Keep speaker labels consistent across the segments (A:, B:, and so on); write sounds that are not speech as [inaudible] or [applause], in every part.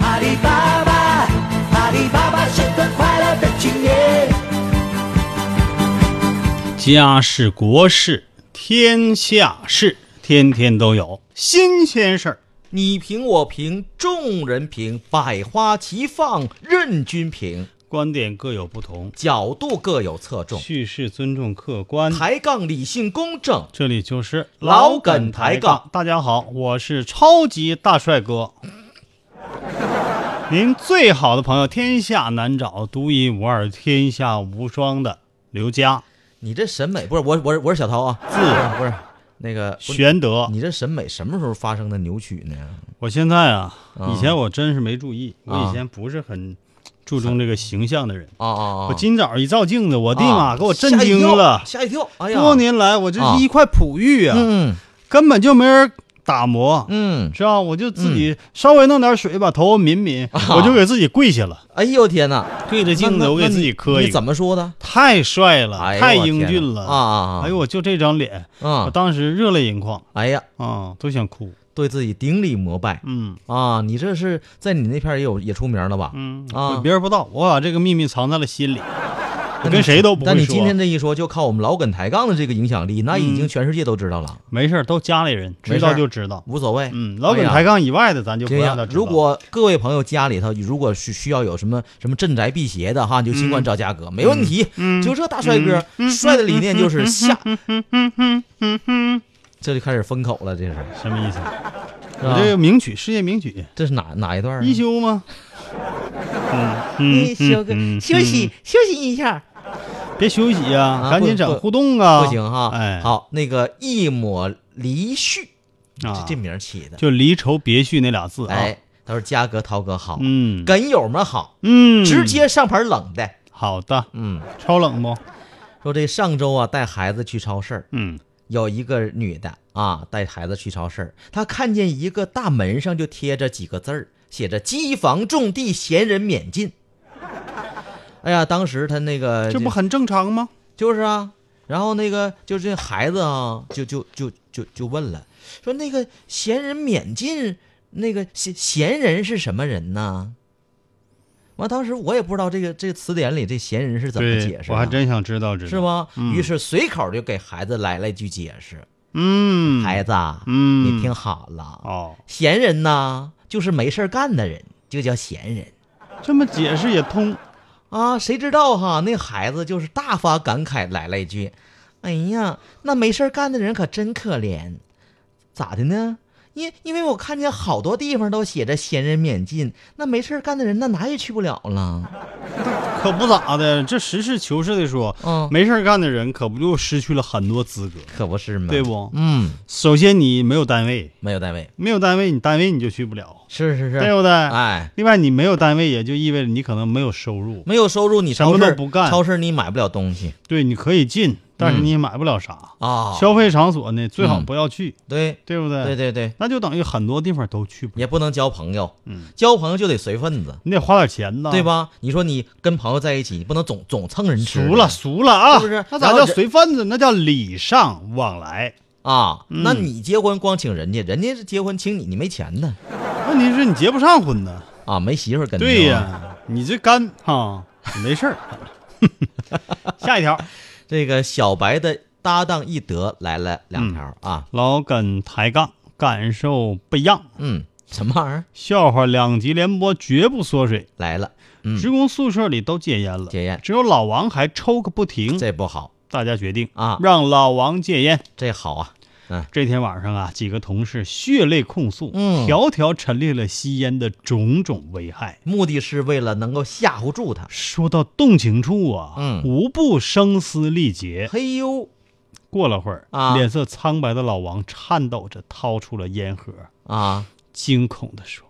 A: 阿里巴巴，阿里巴巴是个快乐的青年。
B: 家事国事天下事，天天都有新鲜事儿。
A: 你评我评，众人评，百花齐放，任君评，
B: 观点各有不同，
A: 角度各有侧重，
B: 叙事尊重客观。
A: 抬杠理性公正。
B: 这里就是
A: 老梗抬杠。
B: 大家好，我是超级大帅哥， [laughs] 您最好的朋友，天下难找，独一无二，天下无双的刘佳，
A: 你这审美不是我，我是我是小涛啊，
B: 字
A: 不是那个不是
B: 玄德。
A: 你这审美什么时候发生的扭曲呢？
B: 我现在啊，
A: 啊
B: 以前我真是没注意，我
A: 啊
B: 以前不是很注重这个形象的人。
A: 啊啊啊！
B: 我今早一照镜子，我的妈，
A: 啊
B: 给我震惊了！
A: 吓一跳，吓一跳哎呀，
B: 多年来，我这是一块璞玉啊，
A: 嗯
B: 根本就没人打磨，
A: 嗯，
B: 知道？我就自己稍微弄点水，把头抿抿，
A: 啊
B: 我就给自己跪下了，
A: 哎呦天哪，
B: 对着镜
A: 那
B: 子，
A: 那
B: 我给自己
A: 那
B: 磕
A: 你
B: 一
A: 你怎
B: 个。
A: 么说的？
B: 太帅了，
A: 哎呦
B: 太
A: 我天
B: 英
A: 哪
B: 俊了
A: 啊啊啊！
B: 哎呦，我就这张脸，我
A: 啊，
B: 当时热泪盈眶
A: 哎呀，
B: 啊，都想哭。
A: 对自己顶礼膜拜
B: 嗯
A: 啊！你这是在你那片儿也有也出名了吧？
B: 嗯
A: 啊
B: 别人不知道，我把这个秘密藏在了心里，我跟谁都不
A: 但
B: 会
A: 你今
B: 说嗯
A: 天。这一说，就靠我们老梗抬杠的这个影响力，那已经全世界都知道了，
B: 没事儿，都家里人知
A: 没事
B: 道
A: 儿
B: 就知道。
A: 无所谓。
B: 嗯，老
A: 哎
B: 梗
A: 呀
B: 抬杠以外的，咱就不
A: 这
B: 让
A: 样
B: 他，知道。
A: 如果各位朋友家里头如果需需要有什么什么镇宅辟邪的哈，你就尽
B: 嗯
A: 管找嘉哥，没问题。就这大帅哥，帅的理念
B: 嗯
A: 就是下，这就开始封口了，这是
B: 什么意思？
A: 是
B: 我
A: 吧
B: 这？个名曲，世界名曲，
A: 这是哪哪一段啊？
B: 一休吗？嗯
C: 你休个
B: 嗯嗯
C: 休息休息一下。
B: 别休息呀，
A: 啊
B: 赶紧
A: 不
B: 整
A: 不
B: 互动啊！
A: 不行哈，
B: 哎，
A: 好，那个一抹离絮，这
B: 啊，
A: 这名儿起的，
B: 就离愁别绪那俩字啊。
A: 哎，他说嘉哥、涛哥好，
B: 嗯
A: 梗友们好，
B: 嗯，
A: 直接上盘冷的，
B: 好的，
A: 嗯，
B: 超冷不？
A: 说这上周啊带孩子去超市儿，
B: 嗯，
A: 有一个女的啊带孩子去超市儿，她看见一个大门上就贴着几个字儿，写着“机房种地，闲人免进”。哎呀，当时她那个
B: 这不很正常吗？
A: 就是啊，然后那个就这孩子啊，就就就就就问了，说那个闲人免进，那个闲闲人是什么人呢？完，当时我也不知道这个这个词典里这闲人是怎么
B: 对
A: 解，释的，
B: 我还真想知道知道。
A: 是？吗？
B: 嗯
A: 于是随口就给孩子来了一句解释：“
B: 嗯，
A: 孩子啊，
B: 嗯
A: 你听好了，
B: 哦，
A: 闲人呐，就是没事儿干的人，就叫闲人
B: 这么解释也通。
A: 啊。谁知道哈，那孩子就是大发感慨，来了一句：‘哎呀，那没事儿干的人可真可怜，咋的呢？’”因因为我看见好多地方都写着“闲人免进”，那没事儿干的人那哪也去不了了。
B: 可不咋的，这实事求是的说，
A: 嗯
B: 没事儿干的人可不就失去了很多资格，
A: 可不是吗？
B: 对不？
A: 嗯，
B: 首先你没有单位，
A: 没有单位，
B: 没有单位，你单位你就去不了，
A: 是是是，
B: 对不对？
A: 哎，
B: 另外，你没有单位，也就意味着你可能没有收入。
A: 没有收入，你
B: 什
A: 超
B: 么
A: 市
B: 都不干
A: 超市你买不了东西
B: 对，你可以进，但
A: 嗯
B: 是你也买不了啥。
A: 啊。
B: 消费场所呢，最好
A: 嗯
B: 不要去，
A: 对
B: 对不对？
A: 对对对，
B: 那就等于很多地方都去不了，
A: 也不能交朋友，
B: 嗯
A: 交朋友就得随份子，
B: 你得花点钱呐，
A: 对？吧？你说你跟朋友在一起，你不能总总蹭人吃的，
B: 俗了，俗了啊！
A: 是不是
B: 那
A: 然
B: 咋
A: 后
B: 叫
A: 人
B: 随份子？那叫礼尚往来。
A: 啊？
B: 嗯
A: 那你结婚光请人家，人家是结婚请你，你没钱呢
B: 问题是你结不上婚呢。
A: 啊，没媳妇儿跟着
B: 对呀，你这干哈没
A: [laughs]
B: 事儿。下一条，
A: 这个小白的搭档一德来了两条、
B: 嗯
A: 啊，
B: 老梗抬杠，感受不一样，
A: 嗯，什么玩意儿
B: 笑话两集连播，绝不缩水。
A: 来了？嗯，
B: 职工宿舍里都戒烟了，
A: 戒烟
B: 只有老王还抽个不停。
A: 这不好，
B: 大家决定
A: 啊
B: 让老王戒烟。
A: 这好啊，
B: 这天晚上啊，几个同事血泪控诉，
A: 嗯
B: 条条陈列了吸烟的种种危害。
A: 目的是为了能够吓唬住他。
B: 说到动情处啊，
A: 嗯
B: 无不声嘶力竭。
A: 嘿呦
B: 过了会儿，
A: 啊
B: 脸色苍白的老王颤抖着掏出了烟盒，
A: 啊，
B: 惊恐地说：“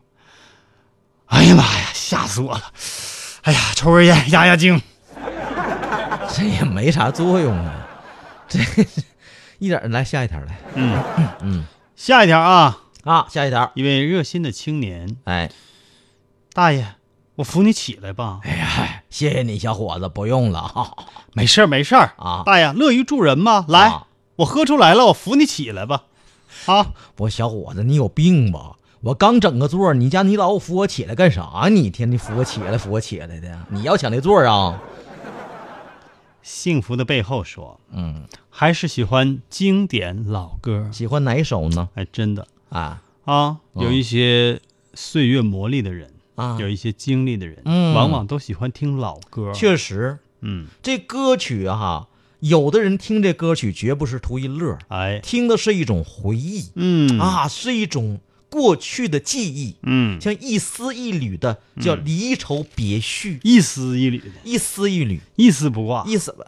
B: 哎呀妈呀，吓死我了！哎呀，抽根烟压压惊。
A: 这也没啥作用啊， [laughs] 这一点儿来下一条来”
B: 下一条啊，
A: 啊，下一条，
B: 一位热心的青年
A: 哎
B: 大爷，我扶你起来吧。
A: 哎呀，谢谢你小伙子，不用了啊
B: 没事儿，没事儿
A: 啊
B: 大爷乐于助人嘛。来，
A: 啊
B: 我喝出来了，我扶你起来吧。啊，
A: 我小伙子，你有病吧？我刚整个座儿，你家你老扶我起来干啥？你天天扶我起来，扶我起来的，你要抢那座儿啊？
B: 幸福的背后说，
A: 嗯，
B: 还是喜欢经典老歌。
A: 喜欢哪一首呢？
B: 哎，真的
A: 啊
B: 啊，有一些岁月磨砺的人，
A: 啊
B: 有一些经历的人，
A: 嗯
B: 往往都喜欢听老歌。
A: 确实，
B: 嗯，
A: 这歌曲啊哈，有的人听这歌曲绝不是图一乐，
B: 哎，
A: 听的是一种回忆、
B: 嗯，
A: 啊，是一种过去的记忆，
B: 嗯，
A: 像一丝一缕的叫离愁别绪，
B: 一丝一缕的，
A: 一丝一缕，
B: 一丝不挂，
A: 一丝吧。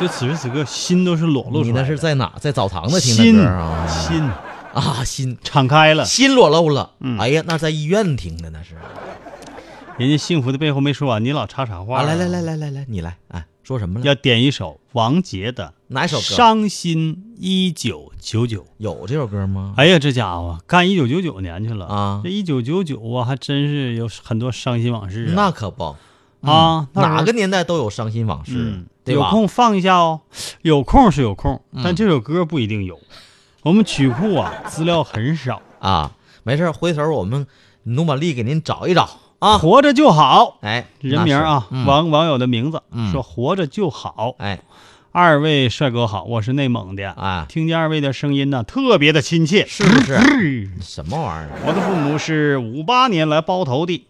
B: 就此时此刻心都是裸露
A: 你
B: 出
A: 那
B: 来的。
A: 是在哪？在澡堂子听的
B: 心
A: 歌啊？
B: 心
A: 啊，心
B: 敞开了，
A: 心裸露了。
B: 嗯
A: 哎呀，那在医院听的那是。
B: 人家幸福的背后没说完，你老插啥话、
A: 啊，来来来，来来来，你来，哎，说什么了？
B: 要点一首王杰的
A: 哪首歌
B: 伤心一九九九》。
A: 有这首歌吗？
B: 哎呀，这家伙干一九九九年去了
A: 啊
B: 这一九九九啊，还真是有很多伤心往事啊。
A: 那可不，
B: 啊，那
A: 哪
B: 时候
A: 个年代都有伤心往事
B: 嗯，，
A: 对
B: 有
A: 吧？嗯
B: 空放一下哦，有空是有空，但这首歌不一定有。我们曲库
A: [laughs]
B: 啊，资料很少，
A: 啊，没事儿，回头我们努把力给您找一找啊。
B: 活着就好。
A: 哎，
B: 人名啊，
A: 那是嗯
B: 网网友的名字
A: 嗯
B: 说活着就好。
A: 哎
B: 二位帅哥好，我是内蒙的
A: 啊
B: 听见二位的声音呢，特别的亲切。
A: 是不是？什么玩意儿？
B: 我的父母是五八年来包头的，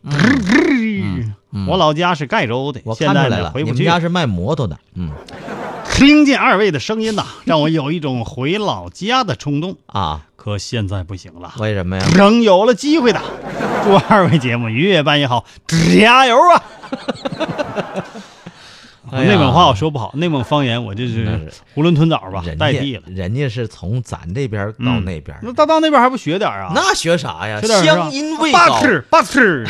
B: 嗯我老家是盖州的，
A: 嗯我
B: 现
A: 看出
B: 在
A: 来
B: 呢
A: 了，
B: 回
A: 你
B: 不
A: 们
B: 去。
A: 家是卖摩托的，嗯
B: 听见二位的
A: [laughs]
B: 声音呐，让我有一种回老家的冲动，
A: 啊，
B: 可现在不行了，
A: 为什么呀？
B: 仍有了机会的。祝二位节目越办越好，加油啊！
A: 哎呀
B: 内蒙话我说不好，内蒙方言我这
A: 那
B: 是
A: 是
B: 囫囵吞枣吧，
A: 人
B: 代替
A: 家
B: 了。
A: 哎
B: 嗯
A: 人家是从咱这边到那边儿，
B: 那大当那边还不学点儿啊？
A: 那学啥呀？
B: 学点儿是吧
A: 乡音未
B: 八
A: 高，
B: 尺八尺，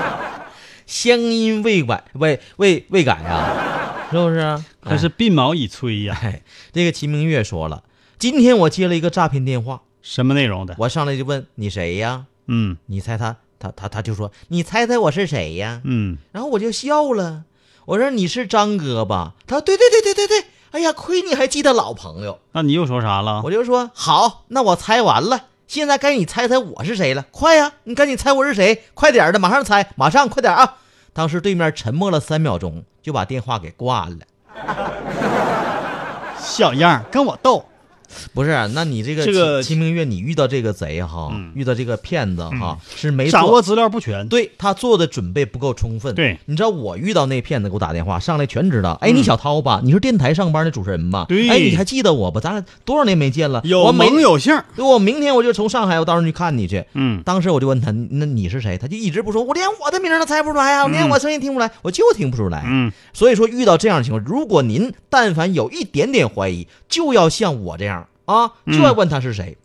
B: [laughs]
A: 乡音未改，未未未改呀，是不是？
B: 还 [laughs] 是鬓毛已催呀、
A: 哎， [laughs] 这个秦明月说了，今天我接了一个诈骗电话，
B: 什么内容的？
A: 我上来就问你谁呀？
B: 嗯
A: 你猜他他他他就说你猜猜我是谁呀？
B: 嗯，
A: 然后我就笑了，我说你是张哥吧？他说对对对对对对，哎呀，亏你还记得老朋友。
B: 那你又说啥了？
A: 我就说好，那我猜完了，现在该你猜猜我是谁了，快呀，你赶紧猜我是谁，快点儿的，马上猜，马上快点儿啊！当时对面沉默了三秒钟，就把电话给挂了。
B: 小样儿跟我斗，
A: 不是，那你这个嗯
B: 这个
A: 秦秦明月，你遇到这个贼哈，遇到这个骗子哈，是没
B: 掌
A: 做
B: 握资料不全。
A: 对他做的准备不够充分。
B: 对
A: 你知道我遇到那骗子给我打电话，上来全知道。哎，你小涛吧？你是电台上班的主持人吧？
B: 对
A: 哎，你还记得我吧？咱俩多少年没见了？
B: 有
A: 我没
B: 盟。有姓儿。
A: 对，我明天我就从上海，我到时候去看你去。
B: 嗯，
A: 当时我就问他，那你是谁？他就一直不说，我连我的名儿都猜不出来呀、我连我声音听不出来，我就听不出来。
B: 嗯，
A: 所以说遇到这样的情况，如果您但凡有一点点怀疑，就要像我这样啊，
B: 嗯
A: 就要问他是谁、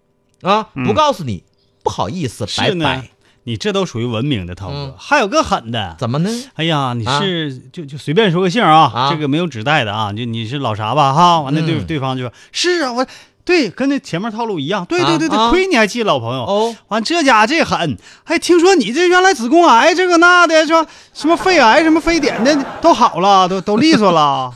A: 啊，不告诉你，不好意思，拜
B: 是呢
A: 拜。，
B: 你这都属于文明的涛哥
A: 嗯，
B: 还有更狠的。
A: 怎么呢？
B: 哎呀，你
A: 啊
B: 是就就随便说个姓啊，
A: 啊
B: 这个没有指代的啊，就你是老啥吧哈？完了对
A: 嗯
B: 对方就说是啊，我对跟那前面套路一样，对对
A: 啊
B: 对对，
A: 啊
B: 亏你还记得老朋友
A: 哦。
B: 完这家这狠，还听说你这原来子宫癌这个那的，说什么肺癌什么非典的都好了，都都利索了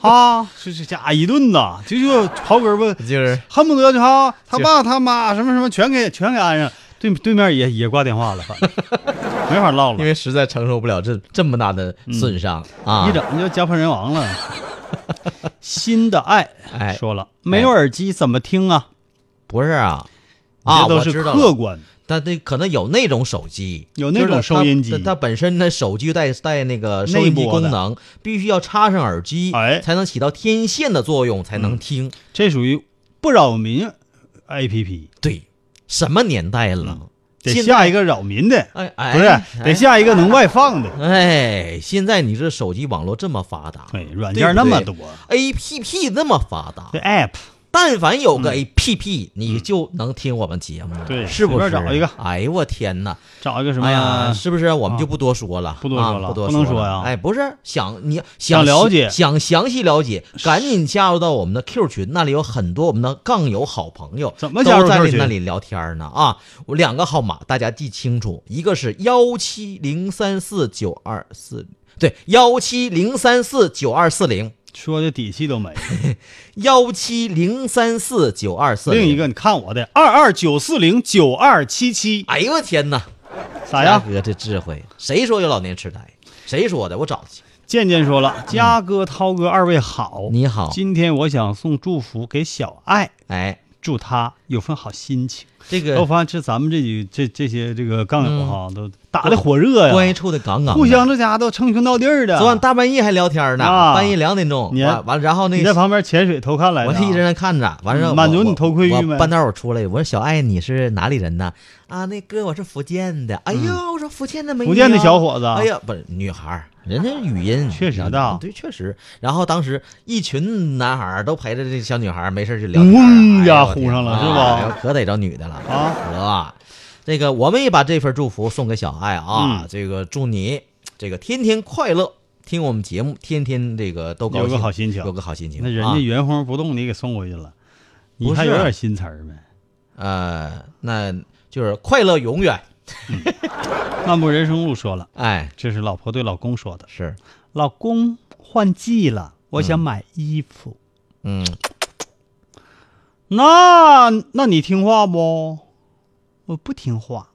B: 啊！这这家一顿呐，就就刨根问，
A: 就是
B: 恨不得就哈他
A: 就
B: 爸他妈什么什么全给全给安上，对对面也也挂电话了，反正没法唠
A: 因
B: 了，
A: 为实在承受不了这这么大的损伤、 [laughs] 啊！
B: 一嗯整就家破人
A: [laughs]
B: 亡了。新的爱
A: 哎
B: 说了，没有耳机怎么听啊？
A: 不是啊啊，
B: 这都
A: 我
B: 是
A: 知道
B: 客
A: 了，
B: 观，
A: 但这可能有那种手机，
B: 有那种
A: 就是它
B: 收音机
A: 它它本身的手机带带那个收音
B: 内
A: 机
B: 播
A: 功
B: 的
A: 能，必须要插上耳机，
B: 哎嗯
A: 才能起到天线的作用，才能听。
B: 这属于不扰民 A P P，
A: 对，什么年代了？
B: 嗯得
A: 现
B: 下一个扰民的。
A: 哎哎，
B: 不是，得下一个能外放的。
A: 哎，现在你这手机网络这么发达
B: 对，软件那么多，
A: ，A P P 那么发达
B: 这，app，
A: 但凡有个 APP，你就能听我们节目，
B: 嗯对
A: 是不是？
B: 随便找一个
A: 哎呦我天哪！
B: 找一个什
A: 哎呀，
B: 么？
A: 是不是？我们
B: 啊
A: 就不多说了，
B: 不多说
A: 啊
B: 了
A: 不多
B: 不能
A: 说
B: 说
A: 了
B: 呀
A: 哎，不是，想你
B: 想了解
A: 想详细了解，赶紧加入到我们的 Q 群，那里有很多我们的杠友好朋友，
B: 怎么加入
A: 都在
B: Q
A: 那
B: 群
A: 那里聊天呢？啊，我两个号码大家记清楚，一个是幺七零三四九二四，对，幺七零三四九二四零。
B: 说的底气都
A: [laughs]
B: 没了。
A: 幺七零三四九二四
B: 另一，个，你看我的二二九四零九二七七，
A: 哎呦我天哪！
B: 咋样？
A: 大哥这智慧，谁说有老年痴呆？谁说的？我找去。
B: 健健说了，嘉哥、涛哥二位好，
A: 嗯你好
B: 今天我想送祝福给小爱，
A: 哎，
B: 祝她有份好
A: [laughs]
B: 心情。
A: 这
B: 我
A: 个
B: 发现这咱们这几这这些这个杠友哈，都打的火热哎
A: 嗯
B: 呀，
A: 关系处的杠杠的，
B: 互相这家都称兄道弟儿的。
A: 昨晚大半夜还聊天呢，
B: 啊
A: 半夜两点钟，
B: 你
A: 完完，然后那
B: 你在旁边潜水偷看来的
A: 我
B: 啊，
A: 是一直在那看着，完事儿我
B: 满足你偷窥欲
A: 我
B: 呗
A: 我半道我出来，我说小爱你是哪里人呢？啊，那哥我是福建的。哎呦，我说福建的没
B: 嗯福建的
A: 有
B: 小伙子
A: 哎呀，不是女孩儿，人家语音
B: 确实的
A: 对，确实。然后当时一群男孩儿都陪着这小女孩儿，没事儿就聊天儿。
B: 嗡
A: 哎
B: 呀
A: 呦我
B: 呼
A: 天
B: 上了
A: 啊
B: 是吧
A: 哎呦可逮着女的了
B: 啊
A: 哥，这个我们也把这份祝福送给小爱啊，
B: 嗯
A: 这个祝你这个天天快乐。听我们节目，天天这个都高兴，
B: 有个好心情
A: 有个好心情。
B: 那人
A: 啊
B: 家原封不动你给送回去了，你
A: 不
B: 还
A: 是
B: 有点心词儿呗？
A: 呃，那就是快乐永远。
B: 漫步人生路说了，
A: 哎，
B: 这是老婆对老公说的，
A: 是，
B: 老公换季了，我想买衣服。
A: 嗯，
B: 那那你听话不？我不听
A: [laughs]
B: 话，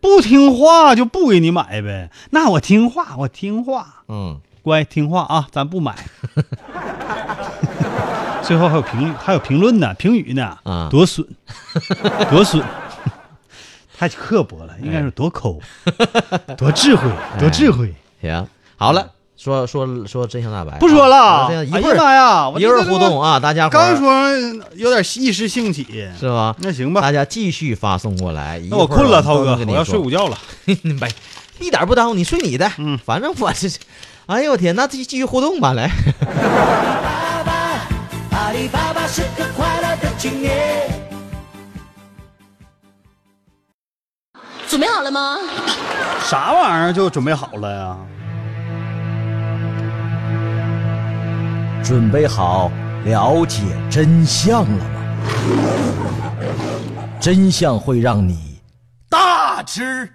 B: 不听话就不给你买呗。那我听话，我听话，
A: 嗯，
B: 乖听话啊，咱不买。 [laughs] 最后还有评还有评论呢，评语呢，
A: 啊
B: 多损，多损，太刻薄了，应
A: 哎
B: 该是多抠，多智慧，多智慧。
A: 行，好了，说说说真相大白，
B: 嗯不说了，
A: 啊
B: 哎
A: 这样
B: 呀
A: 一会儿、
B: 妈呀，我
A: 一会儿
B: 这这
A: 互动啊，大家伙
B: 刚
A: 儿
B: 说有点一时兴起，
A: 是吧？
B: 那行吧，
A: 大家继续发送过来。
B: 那我困了，涛哥，
A: 我
B: 我要睡午觉了。
A: [laughs] 没，一点不耽误你睡你的，嗯，反正我这，哎呦我天，那继继续互动吧，
B: [laughs]
A: 来。
D: 阿里巴巴是个快乐的青年。
E: 准备好了吗？
B: 啥玩意儿就准备好了呀？
D: 准备好了解真相了吗？真相会让你大吃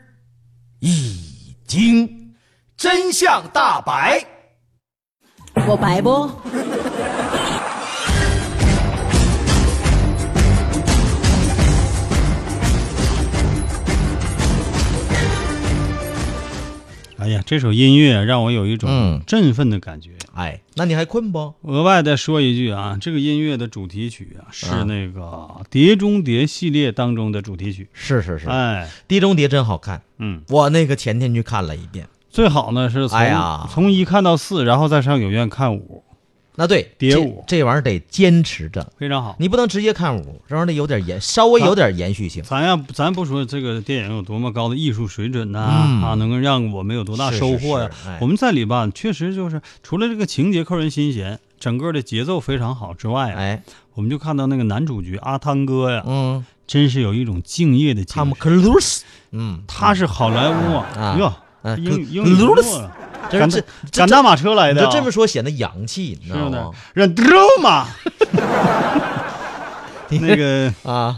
D: 一惊，真相大白。
E: 我白不？
B: 哎呀，这首音乐让我有一种
A: 嗯
B: 振奋的感觉。
A: 哎，那你还困不？
B: 额外再说一句啊，这个音乐的主题曲啊是那个《碟中谍》系列当中的主题曲。
A: 是是是，
B: 哎，
A: 碟中谍》真好看，
B: 嗯，
A: 我那个前天去看了一遍。
B: 最好呢是从、
A: 哎呀
B: 从一看到四，然后再上影院看五，
A: 那对，
B: 碟
A: 这
B: 舞
A: 这玩意儿得坚持着，
B: 非常好。
A: 你不能直接看舞，这玩意儿得有点延，稍
B: 啊
A: 微有点延续性。
B: 咱呀，咱不说这个电影有多么高的艺术水准呐、啊，
A: 嗯
B: 能够让我们有多大收获呀、
A: 是是是哎
B: 我们在里吧，确实就是除了这个情节扣人心弦，整个的节奏非常好之外、啊，
A: 哎，
B: 我们就看到那个男主角阿汤哥呀，
A: 嗯，
B: 真是有一种敬业的精
A: 汤姆
B: 神。
A: 克鲁斯，嗯，
B: 他是好莱坞啊
A: 啊，
B: 哟、
A: 嗯
B: 英
A: 克
B: 英语不
A: 克鲁
B: 错
A: 斯
B: 啊
A: 这
B: 赶
A: 这
B: 赶大马车来
A: 你
B: 的、
A: 就
B: 啊，
A: 这哦么说显得洋气，你知
B: 是
A: 道
B: 的
A: 吗？，
B: 忍得
A: [laughs]
B: 嘛。那个，
A: 啊，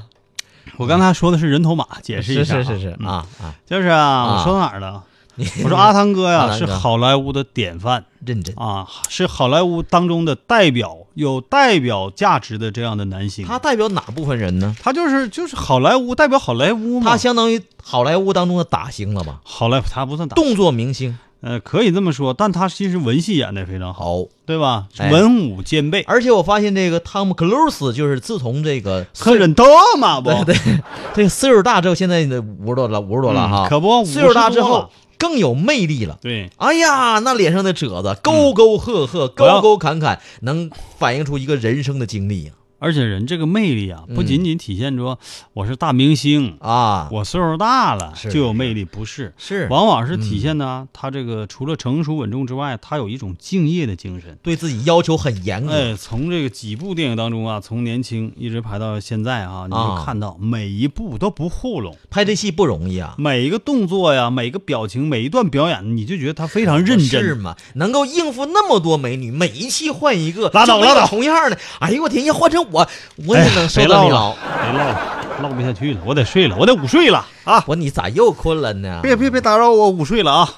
B: 我刚才说的是人头马，解释一
A: 是
B: 下啊、
A: 是是是
B: 嗯
A: 啊啊，
B: 就是啊，
A: 啊
B: 我说到哪儿了？
A: 你
B: 我说阿汤哥
A: 阿
B: 呀，
A: 汤
B: 是
A: 哥
B: 好莱坞的典范
A: 认真，
B: 啊，是好莱坞当中的代表，有代表价值的这样的男星。
A: 他代表哪部分人呢？
B: 他就是就是好莱坞代表好莱坞嘛。
A: 他相当于好莱坞当中的打星了吧？
B: 好莱坞他不算打，
A: 动作明星，
B: 呃，可以这么说，但他其实文戏演的非常好，
A: 好。
B: 对吧？
A: 哎
B: 文武兼备。
A: 而且我发现这个汤姆克鲁斯，就是自从这个
B: 可忍多嘛不？
A: 对对，这个岁数大之后，现在五十多了，五十多了哈，
B: 嗯可不
A: 岁数大
B: 50
A: 之
B: 多了
A: 后更有魅力了。
B: 对
A: 哎呀，那脸上的褶子沟沟壑壑、
B: 我
A: 沟
B: 要
A: 沟坎坎，能反映出一个人生的经历呀、
B: 而且人这个魅力啊，不仅仅体现说我是大明星，
A: 啊，
B: 我岁数大了
A: 是
B: 就有魅力，不是，嗯
A: 是
B: 往往是体现呢，他这个除了成熟稳重之外，他有一种敬业的精神。
A: 对自己要求很严格，
B: 哎，从这个几部电影当中啊，从年轻一直排到现在啊，你
A: 啊
B: 就看到每一部都不糊弄，
A: 拍这戏不容易啊。
B: 每一个动作呀，每一个表情，每一段表演，你就觉得他非常认
A: 啊是
B: 真。
A: 吗？能够应付那么多美女，每一期换一个，
B: 拉倒
A: 就没有
B: 拉倒
A: 同样的。哎呦我天，要换成我，我
B: 哎
A: 也
B: 呀
A: 能受
B: 别
A: 得了
B: 唠了，。别唠了，唠不下去了，我得睡了，我得午睡了啊！
A: 我你咋又困了呢？
B: 别别别打扰我午睡了啊！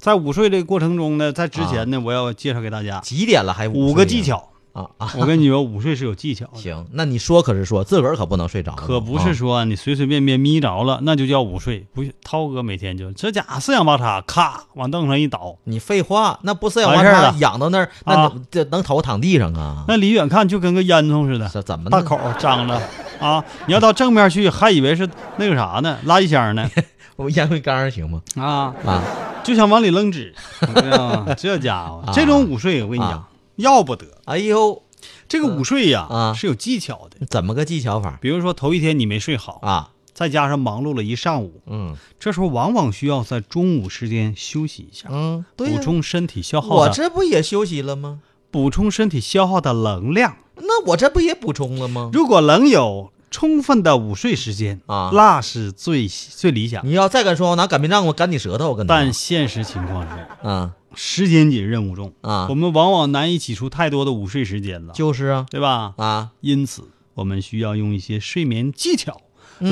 B: 在午睡这个过程中呢，在之前呢，我要介绍给大家
A: 几点了还啊午
B: 五
A: 睡
B: 个
A: 呀 [laughs]
B: 技巧。
A: 啊
B: [laughs]
A: 啊！
B: 我跟你说，午睡是有技巧的，
A: 行，那你说可是说，自个儿可不能睡着了，
B: 可不是
A: 啊
B: 说你随随便便眯着了，那就叫午睡。不，涛哥每天就这家伙四仰八叉，咔往凳上一倒，
A: 你废话，那不是要
B: 完
A: 完
B: 事儿
A: 他
B: 了
A: 养到那儿，那
B: 啊
A: 能这能头躺地上啊？
B: 那离远看就跟个烟囱似的，
A: 这怎么
B: 大
A: 呢
B: 口张着啊！你要到正面去，还以为是那个啥呢，垃圾
A: [laughs]
B: 箱呢
A: 我烟灰缸儿行吗？
B: 啊，
A: 啊，
B: 就想往里
A: [laughs]
B: 扔纸。我跟你讲 [laughs] 这家伙
A: 哎啊，
B: 这种午睡我跟你讲
A: 啊，
B: 要不得。
A: 哎呦，
B: 这个午睡
A: 啊
B: 呀是有技巧的，
A: 怎么个技巧法
B: 比如说头一天你没睡好，
A: 啊？
B: 再加上忙碌了一上午，
A: 嗯
B: 这时候往往需要在中午时间休息一下，
A: 嗯，对呀
B: 补充身体消耗
A: 我
B: 的
A: 这不也休息了吗？
B: 补充身体消耗的能量。
A: 那我这不也补充了吗？
B: 如果能有充分的午睡时间
A: 啊嗯
B: 那是最最理想的。
A: 你要再敢说我拿擀面杖，我擀你舌头！我跟你
B: 但
A: 说，
B: 现实情况是，
A: 嗯，
B: 时间紧，任务重
A: 啊
B: 我们往往难以挤出太多的午睡时间了，
A: 就是啊
B: 对吧？
A: 啊，
B: 因此，我们需要用一些睡眠技巧。
A: 嗯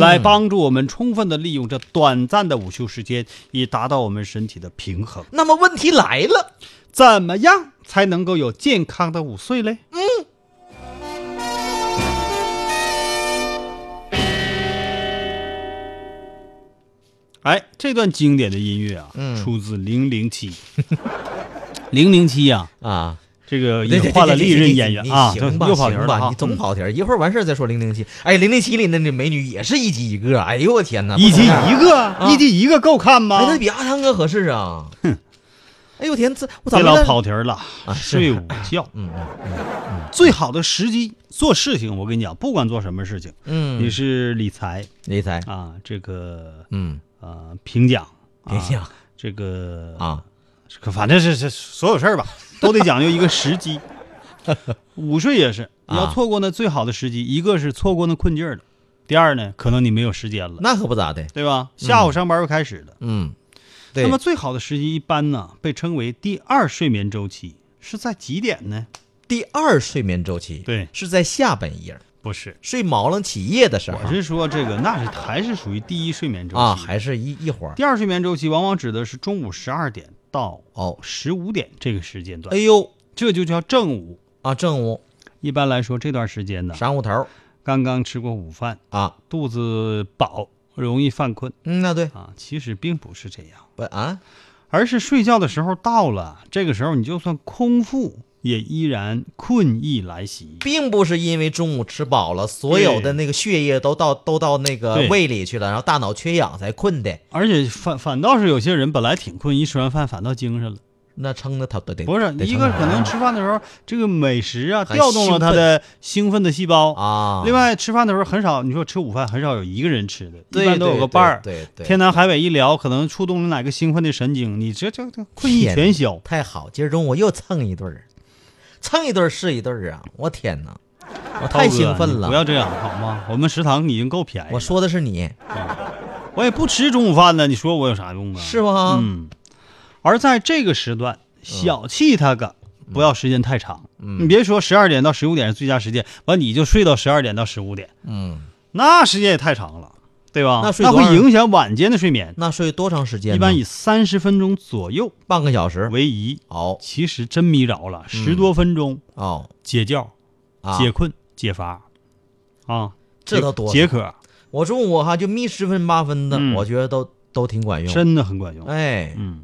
B: 来帮助我们充分的利用这短暂的午休时间，以达到我们身体的平衡。
A: 那么问题来了，
B: 怎么样才能够有健康的午睡嘞？嗯。哎，这段经典的音乐啊，
A: 嗯
B: 出自《零零
A: [laughs]
B: 七》。零零七呀，
A: 啊，
B: 这个
A: 对
B: 也
A: 对
B: 换了
A: 对
B: 历
A: 对对
B: 任
A: 对
B: 演员
A: 你
B: 啊，这
A: 行吧，
B: 又跑题
A: 行
B: 儿了
A: 吧，
B: 啊
A: 你总跑题儿，一会儿完事儿再说零零七。哎，零零七里那那美女也是一集一个，哎呦我天哪，
B: 一集
A: 不同啊
B: 一个，啊一集一个够看吗
A: 哎，？那比阿汤哥合适啊！哎呦我天，这我咋
B: 别
A: 没
B: 老
A: 在
B: 跑题儿了，
A: 啊
B: 啊
A: 是
B: 睡午觉。
A: 嗯
B: 最好的时机做事情，我跟你讲，不管做什么事情，
A: 嗯，
B: 你是理财
A: 理财，
B: 啊，这个
A: 嗯，
B: 啊，评奖，
A: 别
B: 啊，
A: 想
B: 这个，
A: 啊，
B: 可反正是是所有事儿吧，都得讲究一个时机。 [laughs] 午睡也是，你要
A: 啊
B: 错过那最好的时机，一个是错过那困劲儿了，第二呢，可能你没有时间了，
A: 那可不咋的，
B: 对吧？下午上班又开始了。
A: 嗯，对，
B: 那么最好的时机一般呢，被称为第二睡眠周期，是在几点呢？
A: 第二睡眠周期
B: 对
A: 是在下半夜
B: 不是，
A: 睡毛了起夜的时候
B: 我是说这个，那是还是属于第一睡眠周期
A: 啊，还是一一会儿。
B: 第二睡眠周期往往指的是中午十二点到
A: 哦
B: 十五点这个时间段。
A: 哎呦
B: 这就叫正午。
A: 啊，正午
B: 一般来说，这段时间呢，
A: 晌午头儿
B: 刚刚吃过午饭，
A: 啊，
B: 肚子饱，容易犯困
A: 嗯，那对
B: 啊。其实并不是这样，
A: 不啊，
B: 而是睡觉的时候到了，这个时候你就算空腹，也依然困意来袭。
A: 并不是因为中午吃饱了，所有的
B: 对
A: 那个血液都到都到那个
B: 对
A: 胃里去了，然后大脑缺氧才困的，
B: 而且反反倒是有些人本来挺困，一吃完饭反倒精神了。
A: 那撑的他都得
B: 不是
A: 得
B: 一
A: 撑
B: 个
A: 着
B: 可能吃饭的时候，这个美食啊
A: 很
B: 调动了他
A: 兴奋
B: 的兴奋的细胞
A: 啊，
B: 另外，吃饭的时候很少，你说吃午饭很少有一个人吃的，
A: 对
B: 一般都有个伴儿。
A: 对对对
B: 天南海北一聊，可能触动了哪个兴奋的神经，你这这这困意全消。
A: 太好，今儿中午又蹭一顿儿，蹭一顿儿是一顿儿啊，我天哪，我太
B: 涛哥
A: 兴奋
B: 你不
A: 了。
B: 要这样好吗？我们食堂已经够便宜了。
A: 我说的是你，
B: 我也不吃中午饭呢，你说我有啥用啊？
A: 是吗
B: 嗯。而在这个时段，
A: 嗯
B: 小气他个，不要时间太长。你别说十二点到十五点是最佳时间，完你就睡到十二点到十五点，
A: 嗯，
B: 那时间也太长了，对吧？
A: 那睡
B: 那
A: 多少
B: 会影响晚间的睡眠。
A: 那睡多长时间呢？
B: 一般以三十分钟左右
A: 半个小时。
B: 为宜。
A: 哦
B: 其实真迷着了，十多分钟
A: 哦
B: 解觉、
A: 嗯啊，
B: 解困、解乏啊，
A: 这都多了哎
B: 解渴，
A: 我中午哈就眯十分八分的，
B: 嗯
A: 我觉得都都挺管用。
B: 真的很管用。
A: 哎，
B: 嗯，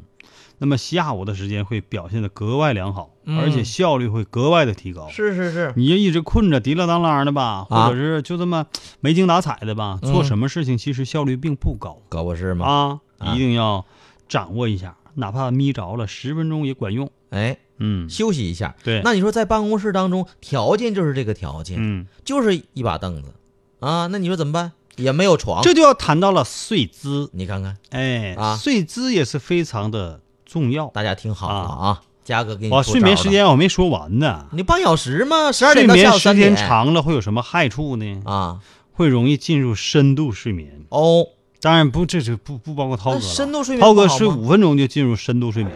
B: 那么下午的时间会表现的格外良好，
A: 嗯
B: 而且效率会格外的提高。
A: 是是是，
B: 你就一直困着滴啦当啷的吧，
A: 啊
B: 或者是就这么没精打采的吧，
A: 嗯
B: 做什么事情其实效率并不高
A: 可不是吗？
B: 啊，
A: 啊
B: 一定要掌握一下，哪怕眯着了十分钟也管用。
A: 哎，
B: 嗯，
A: 休息一下。
B: 对
A: 那你说在办公室当中，条件就是这个条件，
B: 嗯，
A: 就是一把凳子啊。那你说怎么办？也没有床，
B: 这就要谈到了睡姿，
A: 你看看，
B: 哎，
A: 啊
B: 睡姿也是非常的重要。
A: 大家听好了啊，嘉哥给你
B: 哇，
A: 出
B: 哦睡
A: 招
B: 眠
A: 了
B: 时，间我没说完呢，
A: 你半小时嘛，十二
B: 睡
A: 点到
B: 眠
A: 下午
B: 时
A: 三
B: 间
A: 点
B: 长了会有什么害处呢？
A: 啊。
B: 会容易进入深度睡眠。
A: 哦，
B: 当然不，这是不不包括涛哥
A: 那
B: 了。
A: 深度睡眠
B: 涛
A: 不
B: 哥
A: 好
B: 睡
A: 吗
B: 五分钟就进入深度睡眠，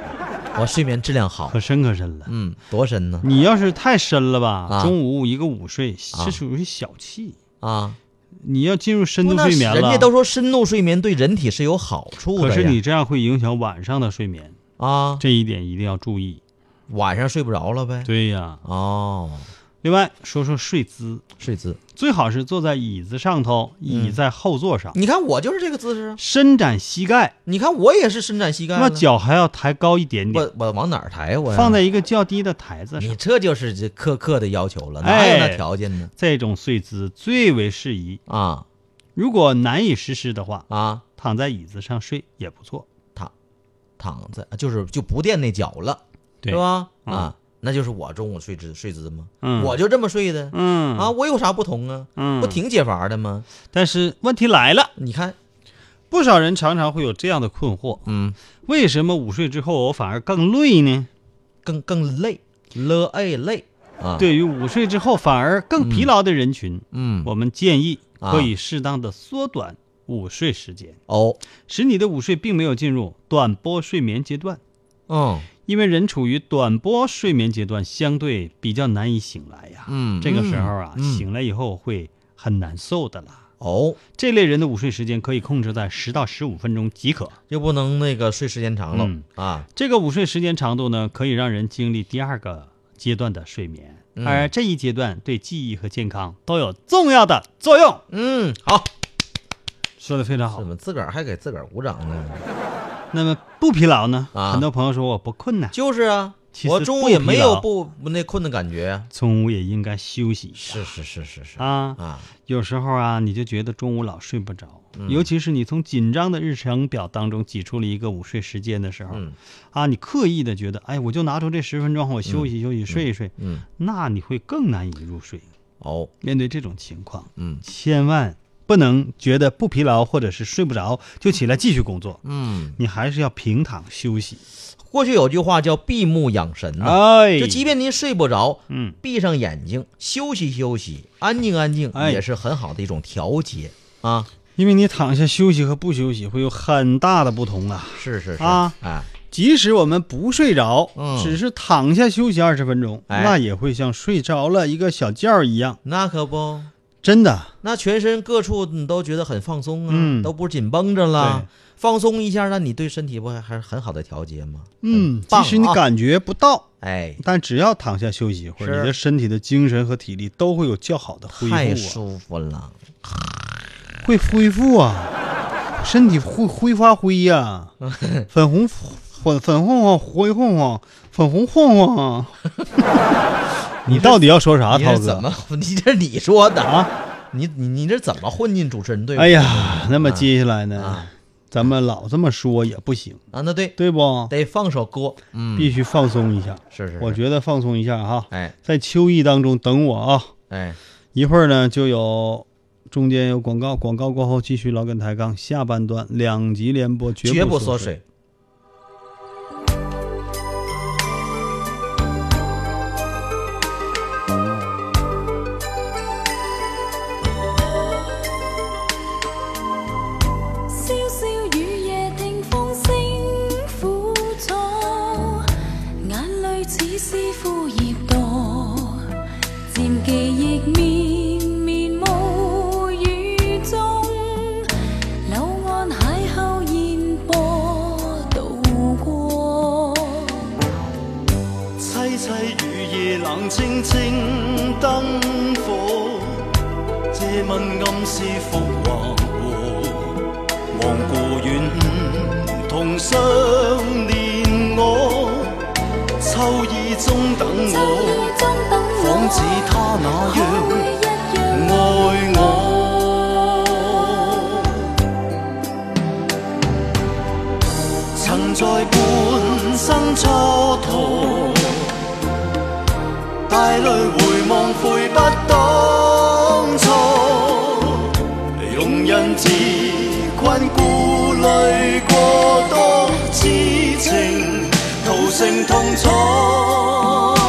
A: 我睡眠质量好
B: 可，深可深了。
A: 嗯，多深呢？
B: 你要是太深了吧，
A: 啊
B: 中午一个午睡
A: 啊
B: 是属于小气。
A: 啊，
B: 你要进入深
A: 不
B: 度
A: 那
B: 睡眠了，
A: 人家都说深度睡眠对人体是有好处的
B: 可
A: 呀。
B: 是你这样会影响晚上的睡眠，
A: 啊，
B: 这一点一定要注意。
A: 晚上睡不着了呗？
B: 对呀、
A: 哦，
B: 另外说说睡姿，
A: 睡姿，
B: 最好是坐在椅子上头，
A: 嗯
B: 倚在后座上，
A: 你看我就是这个姿势啊，
B: 伸展膝盖，
A: 你看我也是伸展膝盖
B: 那
A: 了，
B: 脚还要抬高一点点，
A: 我我往哪儿抬我呀？
B: 放在一个较低的台子
A: 你
B: 上。
A: 这就是这苛刻的要求了，哪
B: 哎
A: 有那条件呢？
B: 这种睡姿最为适宜。
A: 啊
B: 如果难以实施的话，
A: 啊，
B: 躺在椅子上睡也不错。
A: 躺躺在就是就不垫那脚了，
B: 对
A: 是吧？
B: 嗯
A: 啊，那就是我中午睡姿睡姿嘛，
B: 嗯
A: 我就这么睡的
B: 嗯
A: 啊，，我有啥不同啊？
B: 嗯
A: 不挺解乏的吗？
B: 但是问题来了，
A: 你看，
B: 不少人常常会有这样的困惑：
A: 嗯，
B: 为什么午睡之后我反而更累呢？
A: 更更累，了哎累啊，，
B: 对于午睡之后反而更疲劳的人群，
A: 嗯，
B: 我们建议
A: 啊
B: 可以适当的缩短午睡时间，
A: 哦，
B: 使你的午睡并没有进入短波睡眠阶段。
A: 嗯
B: 因为人处于短波睡眠阶段，相对比较难以醒来呀。
A: 嗯，
B: 这个时候啊，
A: 嗯
B: 醒来以后会很难受的啦。
A: 哦，
B: 这类人的午睡时间可以控制在十到十五分钟即可。
A: 又不能那个睡时间长了、
B: 嗯
A: 啊，
B: 这个午睡时间长度呢，可以让人经历第二个阶段的睡眠，
A: 嗯
B: 而这一阶段对记忆和健康都有重要的作用。
A: 嗯，好，
B: 说的非常好
A: 怎。么自个儿还给自个儿鼓掌呢？
B: 那么不疲劳呢？
A: 啊
B: 很多朋友说我不困呢，
A: 就是啊
B: 其，实
A: 我中午也没有不不那困的感觉啊，
B: 中午也应该休息一下
A: 是是是是是
B: 啊。
A: 啊，
B: 有时候啊，你就觉得中午老睡不着，
A: 嗯
B: 尤其是你从紧张的日程表当中挤出了一个午睡时间的时候，
A: 嗯
B: 啊，你刻意的觉得，哎，我就拿出这十分钟，我休息休息，睡一睡，
A: 嗯，
B: 那你会更难以入睡。
A: 哦，
B: 面对这种情况，
A: 嗯
B: 千万不能觉得不疲劳或者是睡不着就起来继续工作，
A: 嗯，
B: 你还是要平躺休息。
A: 过去有句话叫闭目养神呐、
B: 哎，
A: 啊就即便您睡不着，
B: 嗯，
A: 闭上眼睛休息休息，安静安静，
B: 哎
A: 也是很好的一种调节啊。
B: 因为你躺下休息和不休息会有很大的不同啊。
A: 是是是
B: 啊
A: 哎，
B: 即使我们不睡着，
A: 嗯
B: 只是躺下休息二十分钟，
A: 哎
B: 那也会像睡着了一个小觉一样，
A: 那可不，
B: 真的。
A: 那全身各处你都觉得很放松啊，
B: 嗯
A: 都不是紧绷着了
B: 对，
A: 放松一下，那你对身体不还还是很好的调节吗？
B: 嗯，
A: 棒
B: 即使你
A: 啊
B: 感觉不到，
A: 哎，
B: 但只要躺下休息一会儿，
A: 是
B: 你的身体的精神和体力都会有较好的恢
A: 太
B: 复、啊，
A: 舒服了。
B: [laughs] 会恢复啊，身体会挥发灰呀、
A: [laughs]
B: 粉红粉粉红红灰红红粉红红红
A: [laughs]
B: 啊！你到底要说啥，
A: 你这
B: 涛
A: 是怎
B: 哥
A: 么？ [laughs] 你这是你说的？
B: 啊？
A: 你你你这怎么混进主持人队伍？
B: 哎呀，那么接下来呢，
A: 嗯啊
B: 咱们老这么说也不行。
A: 啊，那对，
B: 对不？
A: 得放首歌。嗯，
B: 必须放松一下。
A: 是是，
B: 我
A: 是
B: 觉得放松一下哈，
A: 哎
B: 在秋意当中等我啊！
A: 哎，
B: 一会儿呢就有中间有广告，广告过后继续老梗抬杠下半段两集连播，
A: 绝
B: 不
A: 不
B: 缩
A: 缩。水。
C: 潇潇雨夜听风声苦楚，眼泪似是枯叶堕，渐记忆绵绵雾雨中，柳岸邂逅烟波渡过。
F: 凄凄雨夜冷清清灯火，借问暗是福或祸，望故园唔同相念我，秋意中等
C: 秋
F: 我，
C: 意中等
F: 仿似
C: 我，
F: 他那
C: 可
F: 样
C: 会一样
F: 爱我。曾在半生蹉跎，里回望，悔不當初，庸人自困，顧慮過多，痴情徒成痛楚。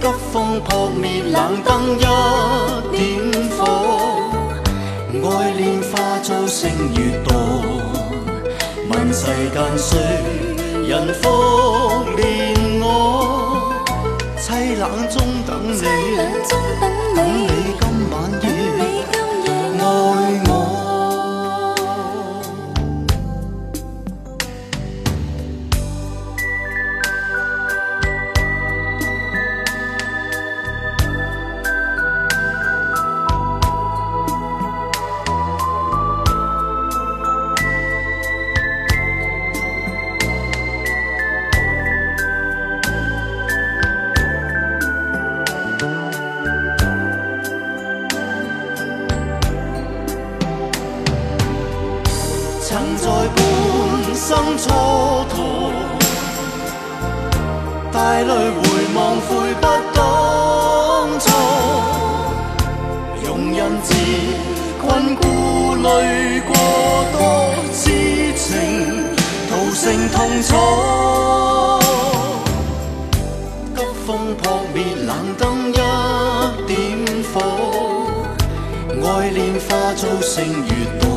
F: 急風撲滅冷燈一點火，愛戀化做星月墮。問世間誰人福憐我？凄冷中等你，等你今晚夜愛我。曾在半生蹉跎，帶淚回望，悔不當初。容忍自困，顧慮過多，痴情徒成痛楚。急風撲滅冷燈一點火，愛戀化做星月墮。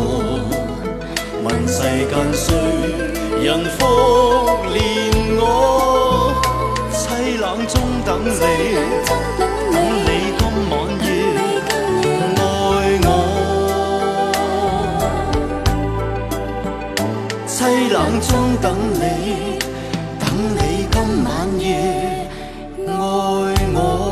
F: 問世間誰人福憐我？凄冷中等你，等你今晚夜愛我。凄冷中等你，等你今晚夜愛我。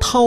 A: 涛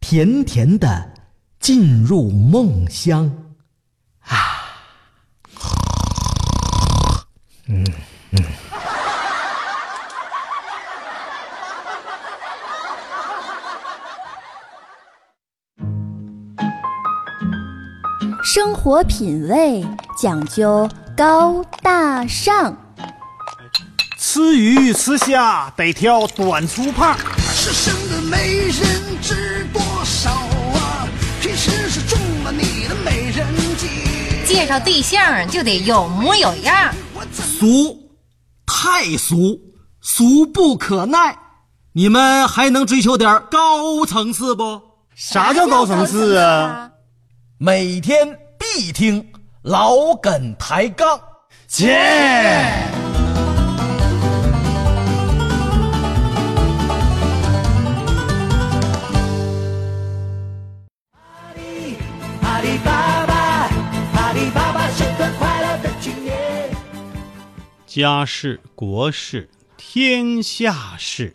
A: 甜甜的进入梦乡。
C: 生活品味讲究高大上，
B: 吃鱼吃虾得挑短粗胖，
G: 是生的没人知多少啊，平时是中了你的美人计。
H: 介绍对象就得有模有样，
A: 俗，太俗，俗不可耐。你们还能追求点高层次不？
B: 啥叫高层次啊？？
A: 每天必听老梗抬杠。
B: 切！家事国事天下事，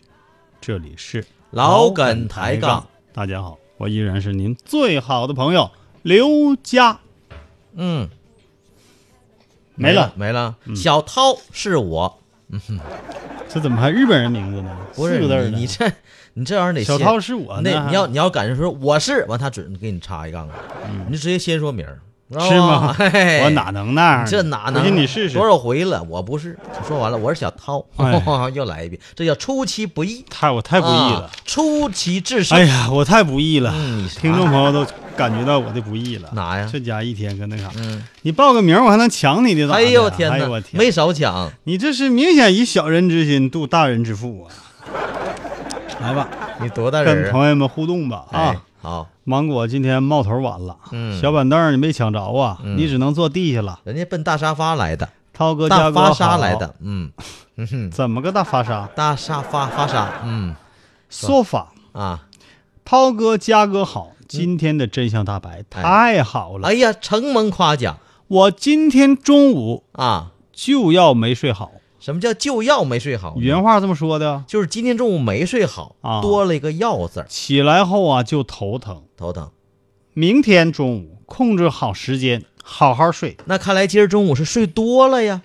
B: 这里是
I: 老梗抬杠。
B: 大家好，我依然是您最好的朋友刘佳。
I: 嗯，
B: 没了，
I: 没了。小涛是我，
B: 这怎么还日本人名字呢？
I: 不
B: 四
I: 是
B: 个字儿
I: 你，
B: 呢
I: 你这你这玩意儿得
B: 小
I: 先
B: 涛是我呢
I: 那
B: 还
I: 你要你要敢说我是，完他准给你插一杠子，你就直接先说名儿，
B: 嗯 [laughs] 是吗？
I: 嘿嘿
B: 我哪能那样呢？
I: 这哪
B: 不
I: 能？
B: 信你试试
I: 多。少回了？我不是，说完了，我是小涛
B: [laughs] 哎，
I: [laughs] 又来一遍，这叫出其不意，
B: 太我太不易了
I: 啊，出奇制胜。
B: 哎呀，我太不易了
I: 嗯你，啥
B: 听众朋友都感觉到我的不易了。
I: 哪呀
B: 这家一天跟那啥，
I: 嗯，
B: 你报个名儿我还能抢你的咋的
I: 哎
B: 呀？
I: 呦天
B: 哎
I: 哪
B: 呦我，天，
I: 没少抢，
A: [laughs]
B: 你这是明显以小人之心度大人之腹啊！来吧，
A: 你多大人？
B: 跟朋友们互动吧
A: 哎
B: 啊！
A: 好，
B: 芒果今天冒头晚了，
A: 嗯
B: 小板凳你没抢着啊，
A: 嗯
B: 你只能坐地下了。
A: 人家奔大沙发来的，
B: 涛哥
A: 大
B: 家
A: 发
B: 哥
A: 沙
B: 好
A: 来的，嗯，嗯哼，
B: 怎么个大发沙？
A: 大沙发发沙，嗯，
B: 说法
A: 啊，
B: 涛哥家哥好，今天的真相大白、太好
A: 嗯
B: 了！
A: 哎呀，承蒙夸奖，
B: 我今天中午
A: 啊
B: 就要没睡好，
A: 什么叫就要没睡好呢？
B: 原话这么说的，
A: 就是今天中午没睡好，
B: 啊
A: 多了一个要字儿，
B: 起来后啊就头疼。
A: 头疼。
B: 明天中午控制好时间，好好睡。
A: 那看来今儿中午是睡多了呀，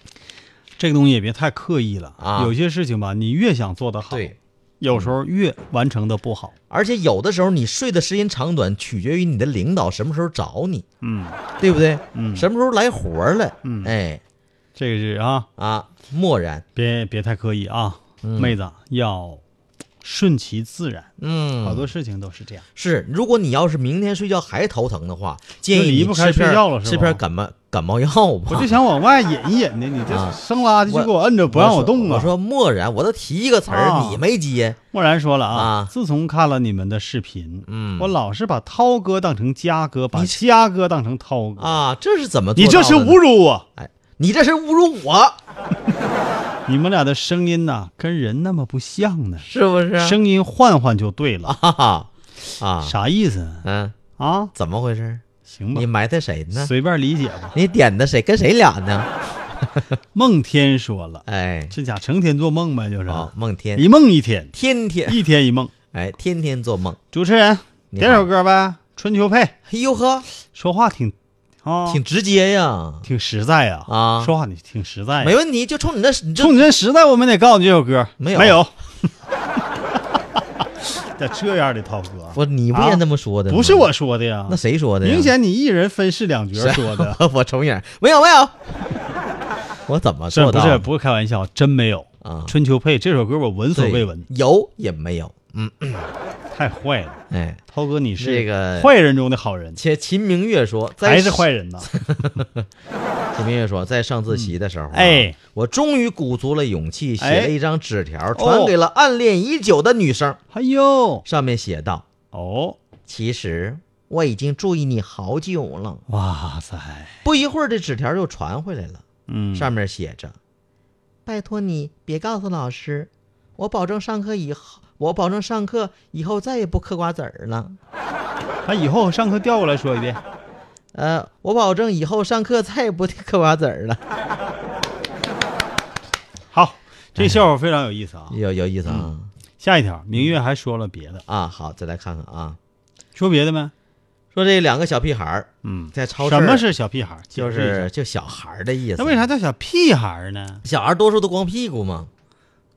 B: 这个东西也别太刻意了
A: 啊
B: 有些事情吧，你越想做得好，
A: 对，
B: 有时候越完成的不好。
A: 而且有的时候你睡的时间长短取决于你的领导什么时候找你，
B: 嗯，
A: 对不对？
B: 嗯
A: 什么时候来活儿了？
B: 嗯
A: 哎
B: 这个是啊，
A: 啊，漠然，
B: 别别太刻意啊，妹子要顺其自然，
A: 嗯，
B: 好多事情都是这样。
A: 是，如果你要是明天睡觉还头疼的话，建议
B: 离
A: 你
B: 不
A: 吃
B: 开
A: 片
B: 睡
A: 儿
B: 觉了是
A: 吃
B: 吧
A: 片儿感冒感冒药吧。
B: 我就想往外引
A: [laughs]
B: 一引呢，你
A: 啊
B: 这生拉的就
A: 我
B: 给我摁着不让我动啊！
A: 我说漠然，我都提一个词儿、
B: 啊
A: 你没接，
B: 默然说了啊，
A: 啊
B: 自从看了你们的视频，
A: 嗯，
B: 我老是把涛哥当成嘉哥，把嘉哥当成涛哥，
A: 啊，这是怎么做
B: 你这
A: 到
B: 是
A: 的呢
B: 侮辱我！
A: 哎，你这是侮辱我，
B: 你们俩的声音呐、跟人那么不像呢，
A: 是啊不是？
B: 声音换换就对了，
A: 哈哈啊，
B: 啥意思
A: 嗯，
B: 啊？
A: 怎么回事？
B: 行吧
A: 你，埋汰谁呢？
B: 随便理解吧。
A: 你点的谁跟谁俩
B: [laughs]
A: 呢？
B: 梦天说了，
A: 哎，
B: 这家成天做梦呗，就是、啊哎
A: 好，哦梦天
B: 一梦
A: [laughs]
B: 一天，
A: 天天
B: 一天一梦。
A: 哎，天天做梦。
B: 主持人
A: 你好
B: 点首歌呗，《春秋配》，
A: 哎呦呵，
B: 说话挺啊，
A: 挺直接呀，
B: 挺实在呀
A: 啊
B: 说话你挺实在呀，
A: 没问题。就冲你那，你这
B: 哎冲你这实在，我们得告诉你这首歌
A: 没有 [laughs]
B: 没有。咋这样的涛哥？
A: 不，你不也那么说的、
B: 啊不是，我说的呀，
A: 那谁说的呀？
B: 明显你一人分饰两角说的，
A: [laughs] 我重影没有没有， [laughs] 我怎么
B: 这
A: 做
B: 不
A: 到？
B: 是不是开玩笑，真没有
A: 啊
B: 春秋配》这首歌我闻所
A: 对
B: 未闻，
A: 有也没有。嗯，
B: 太坏了。
A: 哎，
B: 涛哥，你是
A: 这个
B: 坏人中的好人，
A: 且秦明月说，在
B: 还是坏
A: [laughs]
B: 人呐？
A: 秦明月说，在上自习的时候、啊，
B: 哎，
A: 我终于鼓足了勇气，写
B: 哎
A: 了一张纸条，传给了暗恋已久的女生，
B: 哎呦，
A: 上面写道：“
B: 哦，
A: 其实我已经注意你好久了。
B: 哇塞，”
A: 不一会儿，这纸条又传回来了，
B: 嗯，
A: 上面写着：“拜托你别告诉老师，我保证上课以后，我保证上课以后再也不嗑瓜子儿了。
B: 他以后上课调过来说一遍，
A: 呃，我保证以后上课再也不嗑瓜子儿了。
B: 好，
A: 哎
B: 这笑话非常有意思啊。
A: 有有意思啊、
B: 下一条，明月还说了别的，
A: 啊！好，再来看看啊，
B: 说别的没？
A: 说这两个小屁孩儿
B: 嗯，
A: 在超市，
B: 什么是小屁孩儿？
A: 就
B: 解释一
A: 是
B: 下
A: 就小孩儿的意思。
B: 那为啥叫小屁孩儿呢？
A: 小孩儿多数都光屁股嘛？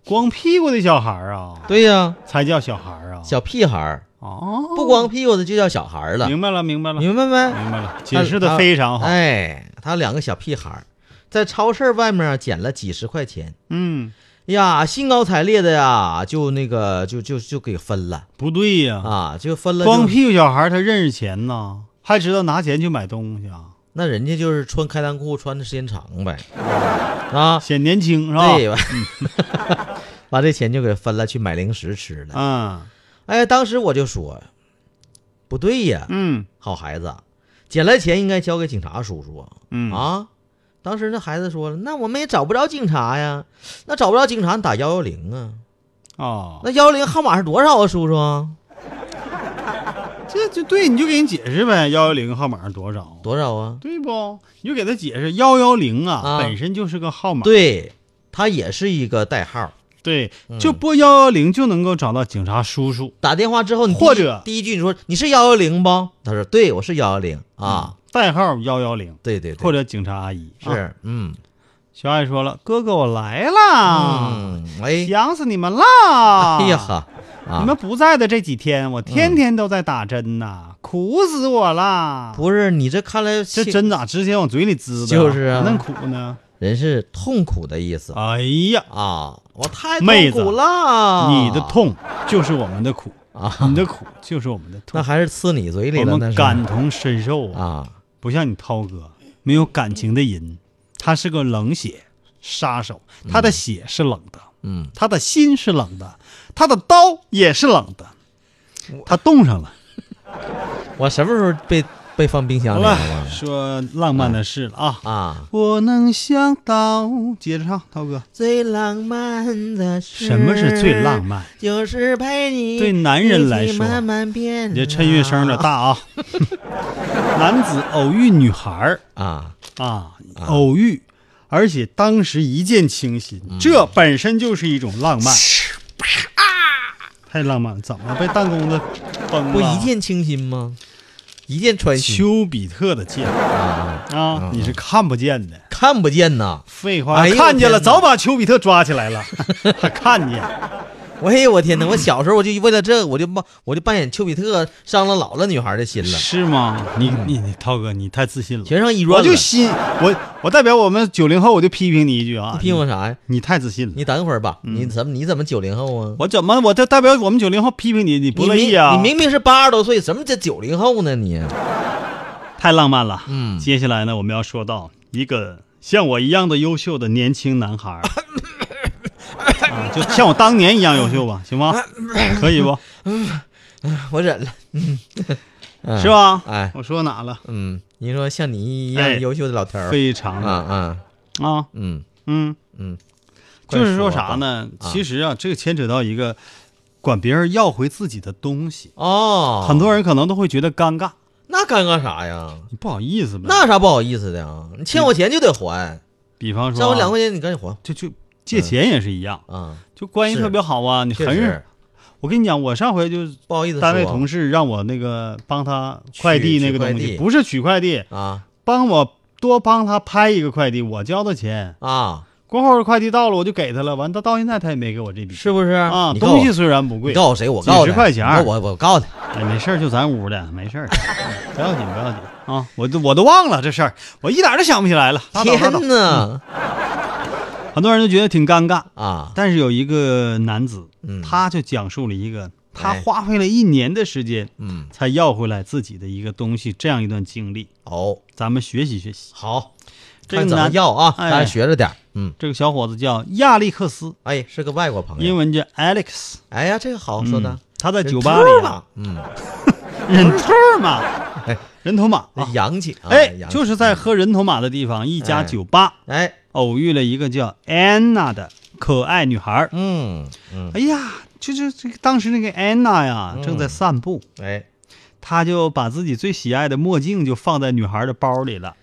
B: 光屁股的小孩儿啊，
A: 对呀、
B: 才叫小孩儿啊。
A: 小屁孩儿
B: 哦，
A: 不光屁股的就叫小孩儿了，
B: 明白了，明白了，
A: 明白没？
B: 明白了，解释的非常好
A: 他。哎，他两个小屁孩儿在超市外面啊捡了几十块钱，
B: 嗯，
A: 呀，兴高采烈的呀，就那个就就就给分了
B: 不对呀，
A: 啊，就分了就。
B: 光屁股小孩儿他认识钱呐，还知道拿钱去买东西啊，
A: 那人家就是穿开裆裤穿的时间长
B: [laughs]
A: 呗，啊，
B: 显年轻是吧？
A: 对吧？ [laughs] 把这钱就给分了，去买零食吃了。
B: 嗯
A: 哎，当时我就说，不对呀，
B: 嗯
A: 好孩子，捡来钱应该交给警察叔叔啊。
B: 嗯，
A: 啊，当时那孩子说了，那我们也找不着警察呀，那找不着警察，你打幺幺零啊。
B: 哦，
A: 那幺幺零号码是多少啊，叔叔？
B: 这就对，你就给人解释呗，幺幺零号码是多少？
A: 多少啊？
B: 对不？你就给他解释，幺幺零啊，
A: 啊
B: 本身就是个号码，
A: 对，它也是一个代号。
B: 对，
A: 嗯
B: 就拨幺幺零就能够找到警察叔叔。
A: 打电话之后，你第一
B: 或者
A: 第一句你说你是幺幺零不？他说对，我是幺幺零啊。
B: 代号幺幺零，
A: 对对对，
B: 嗯或者警察阿姨。啊
A: 是嗯
B: 小爱说了：“哥哥，我来啦，
A: 嗯，哎
B: 想死你们啦！ [laughs]
A: 哎呀，哈啊，
B: 你们不在的这几天，我天天都在打针呐，苦死我啦！
A: 不是你这看来
B: 这
A: 是
B: 针咋直接往嘴里滋的？
A: 就是啊
B: 那苦呢？
A: 人是痛苦的意思
B: 哎呀，
A: 啊，我太
B: 妹
A: 痛
B: 子
A: 苦了，
B: 你的痛就是我们的苦，
A: 啊，
B: 你的苦就是我们的
A: 那
B: 痛，
A: 还是呲你嘴里
B: 我
A: 了，那
B: 们
A: 是
B: 感同身受啊！
A: 啊，
B: 不像你涛哥，没有感情的人，他是个冷血杀手，他的血是冷的。
A: 嗯，
B: 他的心是冷的，他的刀也是冷的，他冻上了。
A: 我什么时候被被放冰箱
B: 好
A: 里了
B: 了
A: 我？，
B: 说浪漫的事了啊
A: 啊！
B: 我能想到，接着唱，涛哥，
A: 最浪漫的事，
B: 什么是最浪漫？
A: 就是陪你
B: 对男人来
A: 一起
B: 说
A: 慢慢变老。
B: 你这趁月声有点大 [laughs] 啊。男子偶遇女孩儿
A: 啊
B: 啊，偶遇，而且当时一见倾心，这本身就是一种浪漫。太浪漫了，怎么被弹弓子崩了？
A: 不一见倾心吗？一箭穿心。
B: 丘比特的箭
A: 啊
B: 啊，你是看不见的。
A: 看不见呐！
B: 废话，
A: 哎呦
B: 看见了，
A: 天哪
B: 早把丘比特抓起来了，还看见。
A: 哎呦我天哪！我小时候我就为了这，我就扮我就扮演丘比特，伤了老了女孩的心了。
B: [laughs] 是吗？你你你，涛哥，你太自信了。
A: 全上一软
B: 我
A: 了
B: 就心，我我代表我们九零后，我就批评你一句啊，
A: 你批评我啥呀？
B: 你太自信了。
A: 你等会儿吧，你怎么你怎么九零后啊？
B: 我怎么我这代表我们九零后批评你，你不乐意啊？
A: 你明你明明是八十多岁，怎么这九零后呢？
B: [laughs]
A: 你
B: 太浪漫了。嗯，接下来呢，我们要说到一个像我一样的优秀的年轻男
A: [laughs]
B: 孩儿，啊，就像我当年一样优秀吧，行吗？可以不？
A: 我忍了，嗯
B: 是吧
A: [laughs] 哎，
B: 我说哪了？
A: 嗯，你说像你一样
B: 哎
A: 优秀的老头儿，
B: 非常
A: 啊
B: 啊啊，
A: 嗯
B: 嗯
A: 嗯，快
B: 就是说
A: 吧
B: 啥呢？
A: 啊
B: 其实啊，这个牵扯到一个管别人要回自己的东西，
A: 哦，
B: 很多人可能都会觉得尴尬，
A: 那尴尬啥呀？
B: 你不好意思呗。
A: 那有啥不好意思的啊？你欠
B: 嗯
A: 我钱就得还，
B: 比方说
A: 欠
B: 啊，
A: 我两块钱你赶紧还
B: 就就借钱也是一样，
A: 啊！
B: 就关系
A: 是
B: 特别好啊。你
A: 确
B: 很
A: 实
B: 是，我跟你讲，我上回就是
A: 不好意思说啊，
B: 单位同事让我那个帮他快递那个东
A: 取快
B: 西，
A: 递
B: 不是取快递，
A: 啊
B: 帮我多帮他拍一个快递，我交的钱。
A: 啊，
B: 过后快递到了，我就给他了。完，到到现在他也没给我这笔，
A: 是不是
B: 啊？
A: 你告诉
B: 东西虽然不贵，
A: 你告诉谁？我告诉
B: 几十
A: 他
B: 块钱
A: 你
B: 儿
A: 说我我告诉他，
B: 哎，没事儿，就咱屋的，没事儿， [laughs] 不要紧，不要紧啊！我都我都忘了这事儿，我一点儿都想不起来了。拉倒拉倒
A: 天哪
B: 很多人都觉得挺尴尬，
A: 啊！
B: 但是有一个男子，
A: 嗯
B: 他就讲述了一个他
A: 哎
B: 花费了一年的时间
A: 嗯
B: 才要回来自己的一个东西，这样一段经历，
A: 哦
B: 咱们学习学习。
A: 好，
B: 这个
A: 看怎么
B: 男
A: 要啊？
B: 哎
A: 咱学着点儿，嗯，
B: 这个小伙子叫亚历克斯，
A: 哎，是个外国朋友
B: 英，文叫 Alex，
A: 哎呀，这个好说的
B: 嗯，他在
A: 人
B: 酒吧
A: 头儿
B: 里啊
A: 吧，嗯，
B: 人头马，
A: 哎
B: 人头马啊，
A: 洋气啊，
B: 哎，
A: 洋气
B: 就是在喝人头马的地方一家
A: 哎
B: 酒吧。
A: 哎，
B: 偶遇了一个叫安娜的可爱女孩儿。
A: 嗯嗯，
B: 哎呀，就是这个当时那个安娜呀，正在散步，
A: 哎，
B: 她就把自己最喜爱的墨镜就放在女孩的包里了。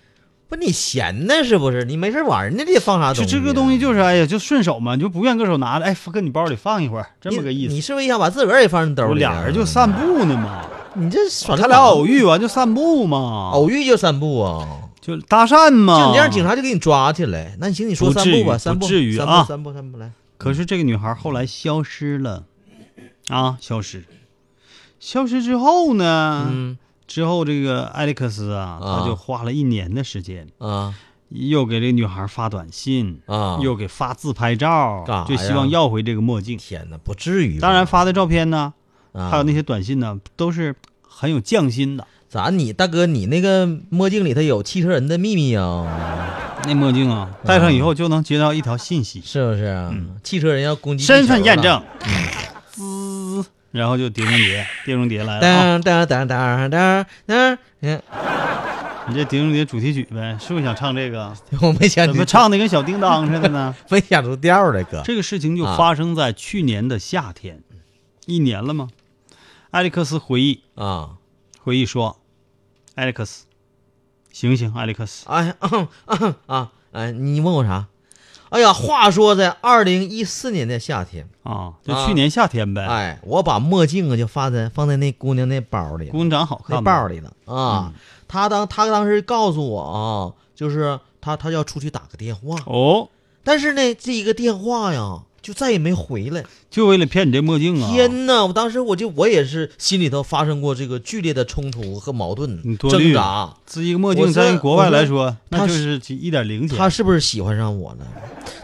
A: 不你闲呢是不是？你没事玩呢，你得放啥
B: 就
A: 东西？啊
B: 这个东西，就是哎呀，就顺手嘛，你就不愿搁手拿着，哎，搁你包里放一会儿，这么个意
A: 你
B: 思。
A: 是不是想把自个儿也放人兜里
B: 我
A: 啊？
B: 俩人就散步呢嘛，
A: 你这耍
B: 他俩偶遇完就散步嘛，
A: 偶遇就散步啊，
B: 就搭讪嘛。
A: 哦就你这样警察就给你抓起来。那行，你说
B: 啊不
A: 散
B: 至
A: 步
B: 于
A: 吧，
B: 不
A: 散步，
B: 至于
A: 散
B: 啊
A: 步，散步，散步来。
B: 可是这个女孩后来消失了，啊，消失，消失之后呢？
A: 嗯
B: 之后，这个艾利克斯啊，
A: 啊
B: 他就花了一年的时间，
A: 啊
B: 又给这个女孩发短信，
A: 啊！
B: 又给发自拍照
A: 干，啥
B: 就
A: 呀
B: 希望要回这个墨镜。
A: 天哪，不至于吧。
B: 当然，发的照片呢，
A: 啊
B: 还有那些短信呢，都是很有匠心的。
A: 咋你大哥你那个墨镜里头有汽车人的秘密啊？
B: 那墨镜啊，戴上以后就能接到一条信息，
A: 是不是啊？汽车人要攻击
B: 身份
A: 地球了
B: 验证，
A: 嗯
B: 滋，然后就碟中谍，碟中谍来了啊！
A: 当当当当当当，嗯，
B: 你这碟中谍主题曲呗，是不是想唱这个？
A: 我没想
B: 怎么
A: 出，
B: 唱的跟小叮当似
A: [laughs]
B: 的呢？
A: 没想出调儿来哥。
B: 这个事情就
A: 啊
B: 发生在去年的夏天，一年了吗？艾利克斯回忆
A: 啊，
B: 回忆说：“艾利克斯，醒醒，艾利克斯，
A: 哎嗯嗯啊，哎，你问我啥？哎呀，话说在二零一四年的夏天，
B: 啊，就去年夏天呗。
A: 哎，我把墨镜啊就放在放在那姑娘那包里了，
B: 姑娘长好
A: 那
B: 看吧
A: 包里了啊。她当她当时告诉我啊，就是她她要出去打个电话，
B: 哦，
A: 但是呢，这一个电话呀就再也没回来。
B: 就为了骗你这墨镜啊！
A: 天哪！我当时我就我也是心里头发生过这个剧烈的冲突和矛盾
B: 你嗯多
A: 挣
B: 虑啊了
A: 扎。
B: 这一个墨镜
A: 我说
B: 在国外来说，
A: 我
B: 那
A: 说
B: 就是一点零钱。
A: 他是不是喜欢上我了？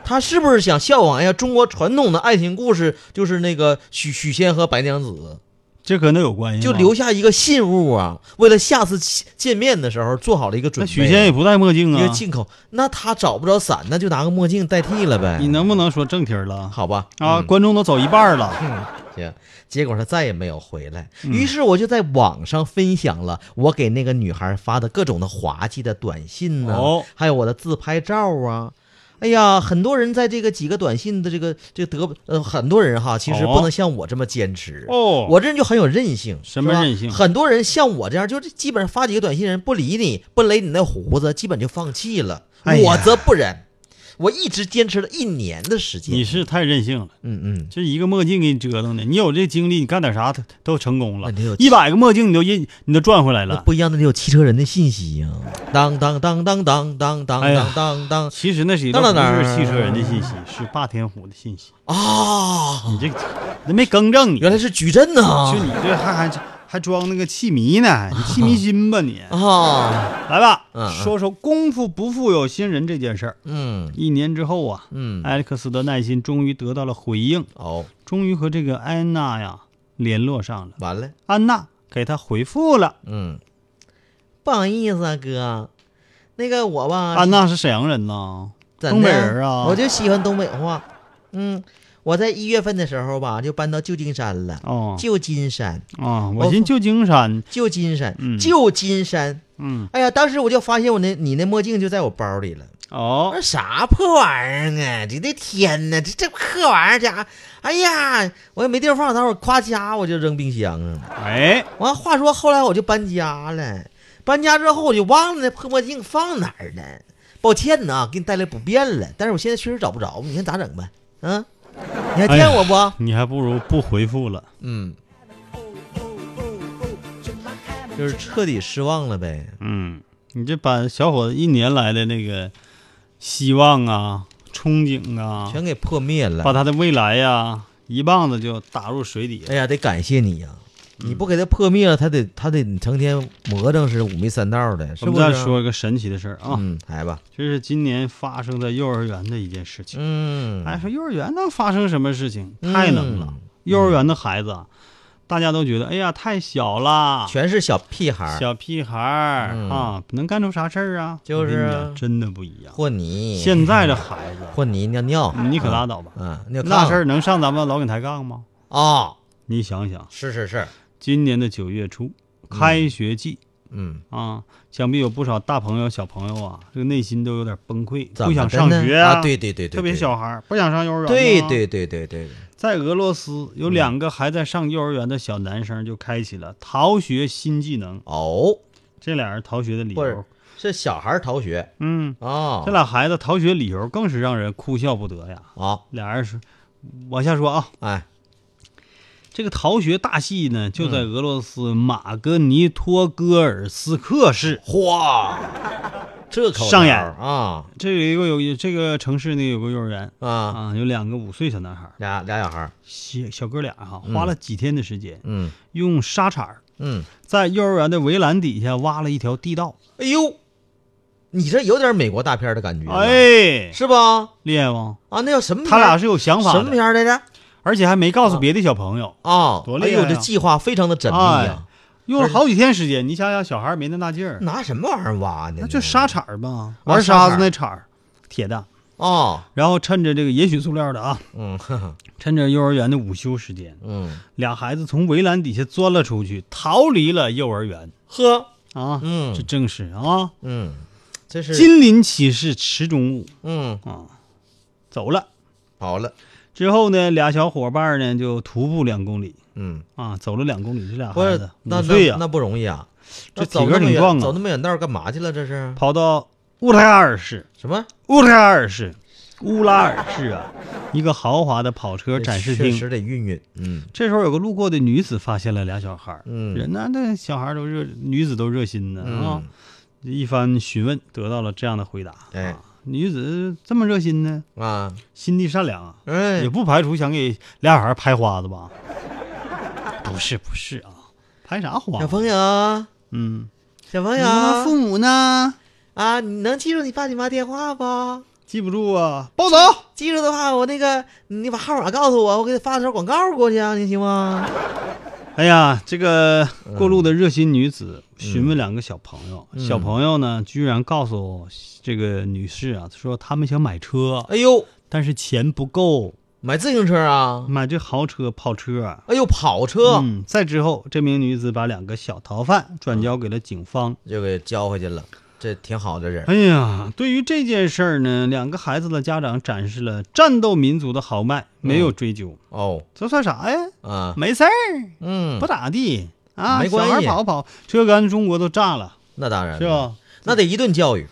A: 他是不是哎想效仿一下中国传统的爱情故事，就是那个许许仙和白娘子？
B: 这跟那有关系吗，
A: 就留下一个信物啊，为了下次见见面的时候做好了一个准备。
B: 那许仙也不戴墨镜啊
A: 一个进口。那他找不着伞，那就拿个墨镜代替了呗。
B: 你能不能说正题儿了？
A: 好吧，
B: 嗯啊，
A: 嗯
B: 观众都走一半了。
A: 行，结果他再也没有回来。
B: 嗯
A: 于是我就在网上分享了我给那个女孩发的各种的滑稽的短信呢、
B: 哦
A: 还有我的自拍照啊。哎呀，很多人在这个几个短信的这个这个得呃，很多人哈，其实不
B: 哦
A: 能像我这么坚持
B: 哦
A: 我这人就很有韧性，什
B: 么韧性
A: 很多人像我这样，就是基本上发几个短信人不理你，不勒你那胡子，基本就放弃了。
B: 哎呀
A: 我则不然，我一直坚持了一年的时间。
B: 你是太任性了，
A: 嗯嗯，
B: 这一个墨镜给你折腾的，你有这精力，你干点啥都都成功
A: 哎
B: 了，一百个墨镜你都印，你都赚回来了。
A: 不一样的，你有汽车人的信息呀、当当当当当当当
B: 哎呀
A: 当当当，
B: 其实那是一个
A: 当
B: 不
A: 当当
B: 是汽车人的信息，是霸天虎的信息。
A: 啊！
B: 你这那没更正你，原啊
A: 来是矩阵呐
B: 就你这还还还装那个气迷呢，你气迷心吧 [laughs] 你
A: 啊！
B: 来吧
A: 嗯，嗯
B: 说说功夫不负有心人这件事儿。
A: 嗯
B: 一年之后啊，
A: 嗯
B: 埃克斯的耐心终于得到了回应，
A: 哦，
B: 终于和这个安娜呀联络上了。
A: 完了，
B: 安娜给他回复了。
A: 嗯，不好意思啊，哥，那个我吧，
B: 安娜是沈阳人呐，
A: 怎的
B: 啊东北人啊。
A: 我就喜欢东北话。嗯，我在一月份的时候吧，就搬到旧金山了。
B: 哦
A: 旧金山，
B: 啊，我进旧金山，
A: 旧金山，
B: 嗯
A: 旧金山。
B: 嗯，
A: 哎呀，当时我就发现我那你那墨镜就在我包里了。
B: 哦，
A: 那啥破玩意儿啊！这这天呐，这这破玩意儿家伙，哎呀，我也没地儿放，等会儿夸家我就扔冰箱上了。
B: 哎，
A: 完，话说后来我就搬家了，搬家之后我就忘了那破墨镜放哪儿了，抱歉呐，给你带来不便了。但是我现在确实找不着，你看咋整吧？啊，你还见我不？
B: 哎呀你还不如不回复了。
A: 嗯，就是彻底失望了呗。
B: 嗯，你这把小伙子一年来的那个希望啊、憧憬啊，
A: 全给破灭了
B: 把他的未来呀、一棒子就打入水底了。
A: 哎呀，得感谢你呀、
B: 嗯
A: 你不给他破灭了，他得他得成天魔怔是五迷三道的，是
B: 我
A: 不
B: 们
A: 是啊？
B: 再说一个神奇的事儿啊，
A: 嗯，来吧，
B: 这是今年发生在幼儿园的一件事情。
A: 嗯，
B: 哎，说幼儿园能发生什么事情？太能了！
A: 嗯
B: 幼儿园的孩子，啊，大家都觉得，哎呀，太小啦，
A: 全是小屁孩儿，
B: 小屁孩儿、
A: 嗯
B: 啊，能干出啥事儿啊？
A: 就是
B: 我跟你
A: 啊
B: 讲真的不一样。
A: 和泥，
B: 现在的孩子，
A: 和泥尿尿，
B: 你可拉倒吧，
A: 嗯，尿
B: 那
A: 炕
B: 事儿能上咱们老梗抬杠吗？
A: 啊，
B: 你想想，
A: 是是是，
B: 今年的九月初，开学季、
A: 嗯，
B: 啊，想必有不少大朋友、小朋友啊，这个内心都有点崩溃，
A: 怎
B: 不想
A: 么的
B: 上
A: 呢
B: 学
A: 啊对对对对
B: 特别
A: 对
B: 小孩儿不想上幼儿园，啊
A: 对对，对对对，
B: 在俄罗斯有两个还在上幼儿园的小男生就开启了逃学新技能。
A: 哦，
B: 这俩人逃学的理
A: 不是
B: 由，
A: 是小孩儿逃学
B: 嗯，
A: 啊，
B: 这俩孩子逃学理由更是让人哭笑不得呀。
A: 啊，
B: 俩人说，往下说啊，
A: 哎，
B: 这个逃学大戏呢，就在俄罗斯马格尼托戈尔斯克市。
A: 嚯，这口
B: 上演
A: 条儿啊
B: 这里有个有这个城市呢有个幼儿园
A: 啊，
B: 啊，有两个五岁小男孩，
A: 俩俩小孩儿，
B: 小小哥俩哈、
A: 嗯
B: 花了几天的时间，
A: 嗯
B: 用沙铲儿
A: 嗯，
B: 在幼儿园的围栏底下挖了一条地道。
A: 哎呦，你这有点美国大片儿的感觉，，
B: 哎，
A: 是吧？
B: 厉害不？
A: 啊，那叫什么片儿？
B: 他俩是有想法
A: 什么
B: 的，
A: 片儿来着？
B: 而且还没告诉别的小朋友，
A: 啊，
B: 多
A: 哎
B: 厉
A: 呦，
B: 害呀哎
A: 这计划非常的缜密呀，
B: 用了好几天时间。你想想，小孩没那大劲儿，
A: 拿什么玩意儿挖的呢？
B: 那就沙铲儿吧，
A: 嗯啊沙
B: 玩沙
A: 铲儿
B: 子那铲儿，铁的。
A: 啊，
B: 然后趁着这个也许塑料的啊，
A: 嗯 [laughs] 呵呵
B: 趁着幼儿园的午休时间，
A: 嗯，
B: 俩孩子从围栏底下钻了出去，逃离了幼儿园
A: 呵，
B: 啊。
A: 嗯
B: 这正是啊，
A: 嗯，这是
B: 金鳞骑士池中物
A: 嗯
B: 啊，走了。
A: 好了，
B: 之后呢，俩小伙伴呢就徒步两公里
A: 嗯，
B: 啊，走了两公里。这俩
A: 不
B: 孩
A: 是
B: 子
A: 那
B: 五岁
A: 那
B: 呀、
A: 那不容易啊，
B: 这
A: 那走
B: 体格
A: 那么
B: 挺
A: 远
B: 壮啊
A: 走那么远道儿干嘛去了？这是
B: 跑到乌拉尔市，
A: 什么？
B: 乌拉尔市，乌拉尔市啊，一个豪华的跑车展示
A: 确
B: 厅。
A: 实得运运，嗯
B: 这时候有个路过的女子发现了俩小孩儿，
A: 嗯
B: 人呢，那小孩儿都热，女子都热心呢啊。
A: 嗯，
B: 一番询问得到了这样的回答：
A: 哎
B: 女子这么热心呢，
A: 啊，
B: 心地善良啊，
A: 哎
B: 也，不排除想给俩小孩拍花子吧？不是不是啊，拍啥花
A: 小？朋友，
B: 嗯，
A: 小朋友
B: 那父母呢？
A: 啊，你能记住你爸你妈电话不？
B: 记不住啊，抱走。
A: 记住的话，我那个你把号码告诉我，我给你发条广告过去啊，你行吗？
B: 哎呀，这个过路的热心女子询问两个小朋友，
A: 嗯
B: 小朋友呢居然告诉这个女士啊，说他们想买车，
A: 哎呦，
B: 但是钱不够，
A: 买自行车啊，
B: 买这豪车跑车。啊
A: 哎呦，跑车、
B: 嗯，再之后，这名女子把两个小逃犯转交给了警方。
A: 就给交回去了，这挺好的人。
B: 哎呀，对于这件事儿呢，两个孩子的家长展示了战斗民族的豪迈，没有追究。
A: 哦，
B: 这算啥呀？
A: 嗯啊，
B: 没事儿，
A: 嗯，
B: 不咋地啊，
A: 没关系哎
B: 小孩跑跑，车杆中国都炸了，
A: 那当然
B: 是啊
A: 了，
B: 吧？
A: 那得一顿教育。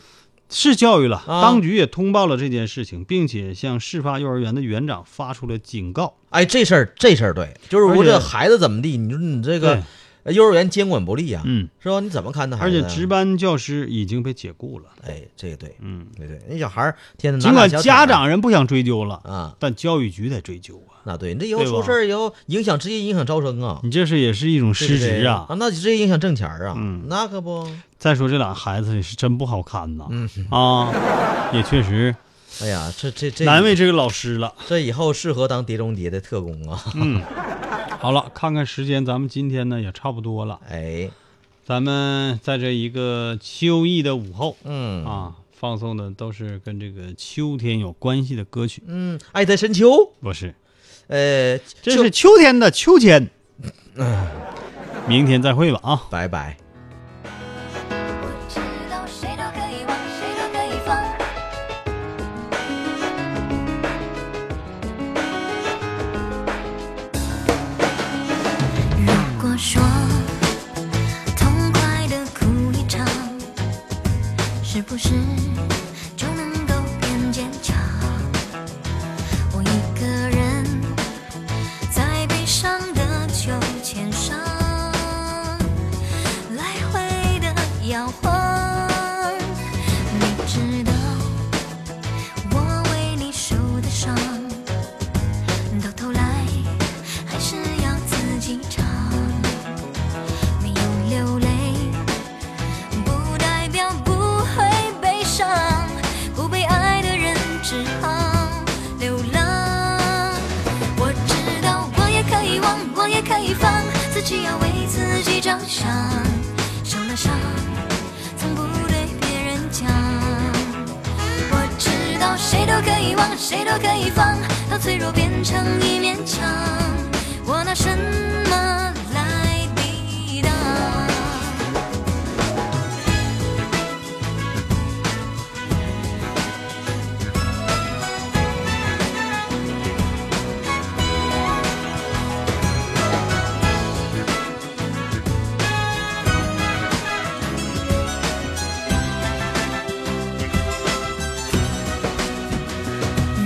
B: 是教育了，
A: 啊
B: 当局也通报了这件事情，并且向事发幼儿园的园长发出了警告。
A: 哎，这事儿这事儿对，就是
B: 而
A: 我
B: 且
A: 这孩子怎么地，你说你这个呃幼儿园监管不力呀、
B: 嗯，
A: 是吧？你怎么看他孩
B: 而
A: 子
B: 且
A: 哎呀？
B: 值班教师已经被解雇了。
A: 哎，这个对，
B: 嗯，
A: 对对，那小孩儿天天拿
B: 尽管
A: 俩小
B: 家
A: 铲子
B: 长人不想追究了
A: 啊，
B: 但教育局得追究啊。
A: 那对你这以后
B: 对吧
A: 出事儿以后影响直接影响招生啊，
B: 你这是也是一种失
A: 对不
B: 职
A: 对
B: 啊！
A: 那直接影响挣钱儿啊，
B: 嗯
A: 那可不，
B: 再说这俩孩子也是真不好看呐，
A: 嗯
B: 啊，也确实
A: 哎呀，这这这
B: 难为这个老师了。
A: 这以后适合当碟中谍的特工啊，
B: 嗯，好了，看看时间，咱们今天呢也差不多了。
A: 哎，
B: 咱们在这一个秋意的午后
A: 嗯
B: 啊，放送的都是跟这个秋天有关系的歌曲，
A: 嗯，爱在深秋，
B: 不是？
A: 呃，
B: 这
A: 就是
B: 秋天的秋千。明天再会吧啊！
A: 拜拜。
C: 知道谁都可以忘，谁都可以放。如果说痛快的哭一场，是不是就能够变坚强？我一个人在悲伤的秋千上。来回的摇晃。你知道我为你受的伤，到头来还是要自己尝。没有流泪，不代表不会悲伤。不被爱的人只好流浪。我知道我也可以忘，我也可以放，自己要为自己着想。受了伤，从不对别人讲。我知道谁都可以忘，谁都可以放，当脆弱变成一面墙，我拿什么来抵挡？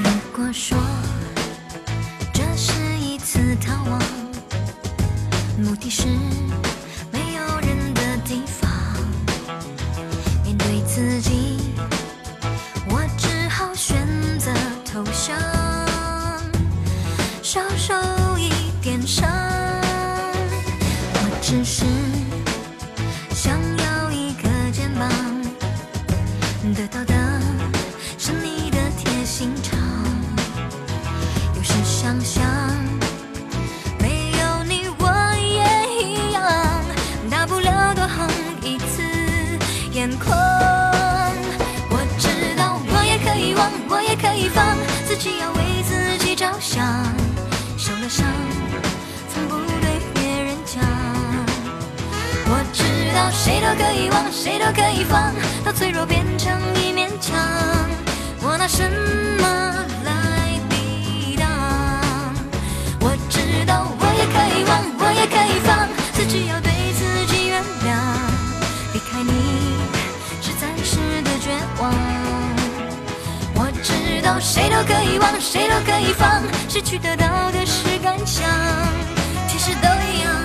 C: 如果说这是一次逃亡，目的是没有人的地方，面对自己，我只好选择投降，少受一点伤。我只是想要一个肩膀，得到的。是你的贴心肠。有时想想，没有你我也一样，大不了多红一次眼眶。我知道我也可以忘，我也可以放，自己要为自己着想。受了伤，从不对别人讲。我知道谁都可以忘，谁都可以放，当脆弱变成一面墙，我拿什么来抵挡？我知道我也可以忘，我也可以放，自己要对自己原谅，离开你是暂时的绝望。我知道谁都可以忘，谁都可以放，失去得到的是感想，其实都一样。